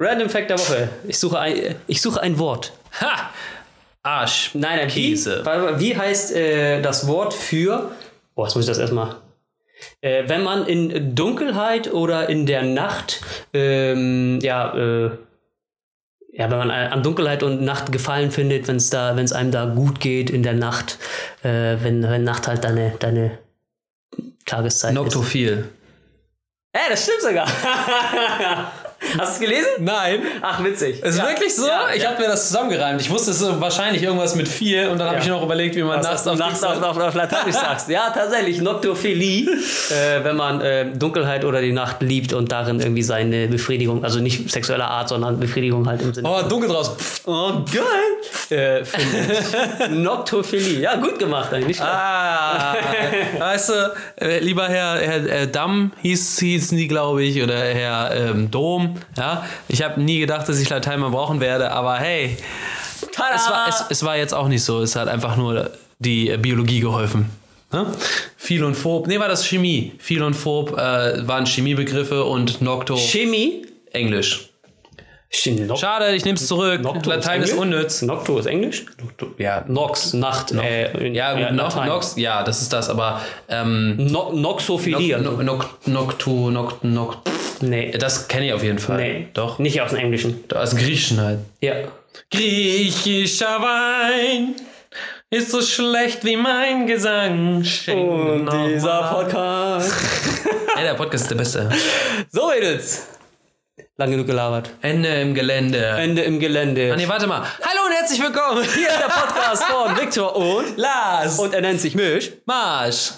Speaker 1: Random Fact der Woche. äh, Ich suche ein, ich suche ein Wort.
Speaker 2: Ha! Arsch.
Speaker 1: Nein, nein, wie,
Speaker 2: Käse.
Speaker 1: warte mal, wie heißt äh, das Wort für. Oh, jetzt muss ich das erstmal. Äh, wenn man in Dunkelheit oder in der Nacht, ähm, ja, äh, ja, wenn man äh, an Dunkelheit und Nacht Gefallen findet, wenn es da, wenn es einem da gut geht in der Nacht, äh, wenn, wenn Nacht halt deine, deine Tageszeit ist.
Speaker 2: Noctophil.
Speaker 1: Äh, das stimmt sogar. Hast du es gelesen?
Speaker 2: Nein.
Speaker 1: Ach, witzig.
Speaker 2: Ist
Speaker 1: Ja.
Speaker 2: wirklich so?
Speaker 1: Ja,
Speaker 2: ich
Speaker 1: ja.
Speaker 2: habe mir das zusammengereimt. Ich wusste es ist wahrscheinlich irgendwas mit viel und dann habe
Speaker 1: Ja.
Speaker 2: ich noch überlegt, wie man
Speaker 1: Was
Speaker 2: nachts
Speaker 1: du
Speaker 2: auf
Speaker 1: nachts
Speaker 2: nachts
Speaker 1: auf, auf, auf Lateinisch sagst. Ja, tatsächlich, Noctophilie, äh, wenn man äh, Dunkelheit oder die Nacht liebt und darin irgendwie seine Befriedigung, also nicht sexueller Art, sondern Befriedigung halt im Sinne.
Speaker 2: Oh, dunkel draußen. Pff.
Speaker 1: Oh, geil! Äh, findet. Noctophilie. Ja, gut gemacht eigentlich. Nicht schlecht.
Speaker 2: Ah, weißt du, äh, lieber Herr, Herr, äh, Damm hieß, hießen die, glaube ich, oder Herr ähm, Dom. Ja? Ich habe nie gedacht, dass ich Latein mal brauchen werde, aber hey,
Speaker 1: Tada!
Speaker 2: es war, es, es war jetzt auch nicht so. Es hat einfach nur die äh, Biologie geholfen. Ne? Phil und Phob, nee, war das Chemie. Phil und Phob äh, waren Chemiebegriffe und Nocto
Speaker 1: Chemie.
Speaker 2: Englisch.
Speaker 1: Chemie. Noc-
Speaker 2: Schade, ich nehme es zurück.
Speaker 1: Nocto
Speaker 2: Latein ist
Speaker 1: Englisch?
Speaker 2: unnütz.
Speaker 1: Nocto ist Englisch?
Speaker 2: Ja,
Speaker 1: Nox, Nacht. Äh, in-
Speaker 2: ja, gut, Nox,
Speaker 1: Latein.
Speaker 2: Nox, ja, das ist das, aber ähm,
Speaker 1: No, Noxophilie.
Speaker 2: No- Noc- Noctu, Noct, Noct.
Speaker 1: nee.
Speaker 2: Das kenne ich auf jeden Fall.
Speaker 1: nee.
Speaker 2: Doch.
Speaker 1: Nicht aus dem Englischen.
Speaker 2: Aus Griechen halt.
Speaker 1: Ja.
Speaker 2: Griechischer Wein ist so schlecht wie mein Gesang. Schenken nochmal.
Speaker 1: Podcast.
Speaker 2: Ey, der Podcast ist der beste.
Speaker 1: So, Mädels. Lang genug gelabert.
Speaker 2: Ende im Gelände.
Speaker 1: Ende im Gelände.
Speaker 2: Ah, nee, warte mal. Hallo und herzlich willkommen.
Speaker 1: Hier ist der Podcast von Victor und
Speaker 2: Lars
Speaker 1: und er nennt sich Misch.
Speaker 2: Marsch.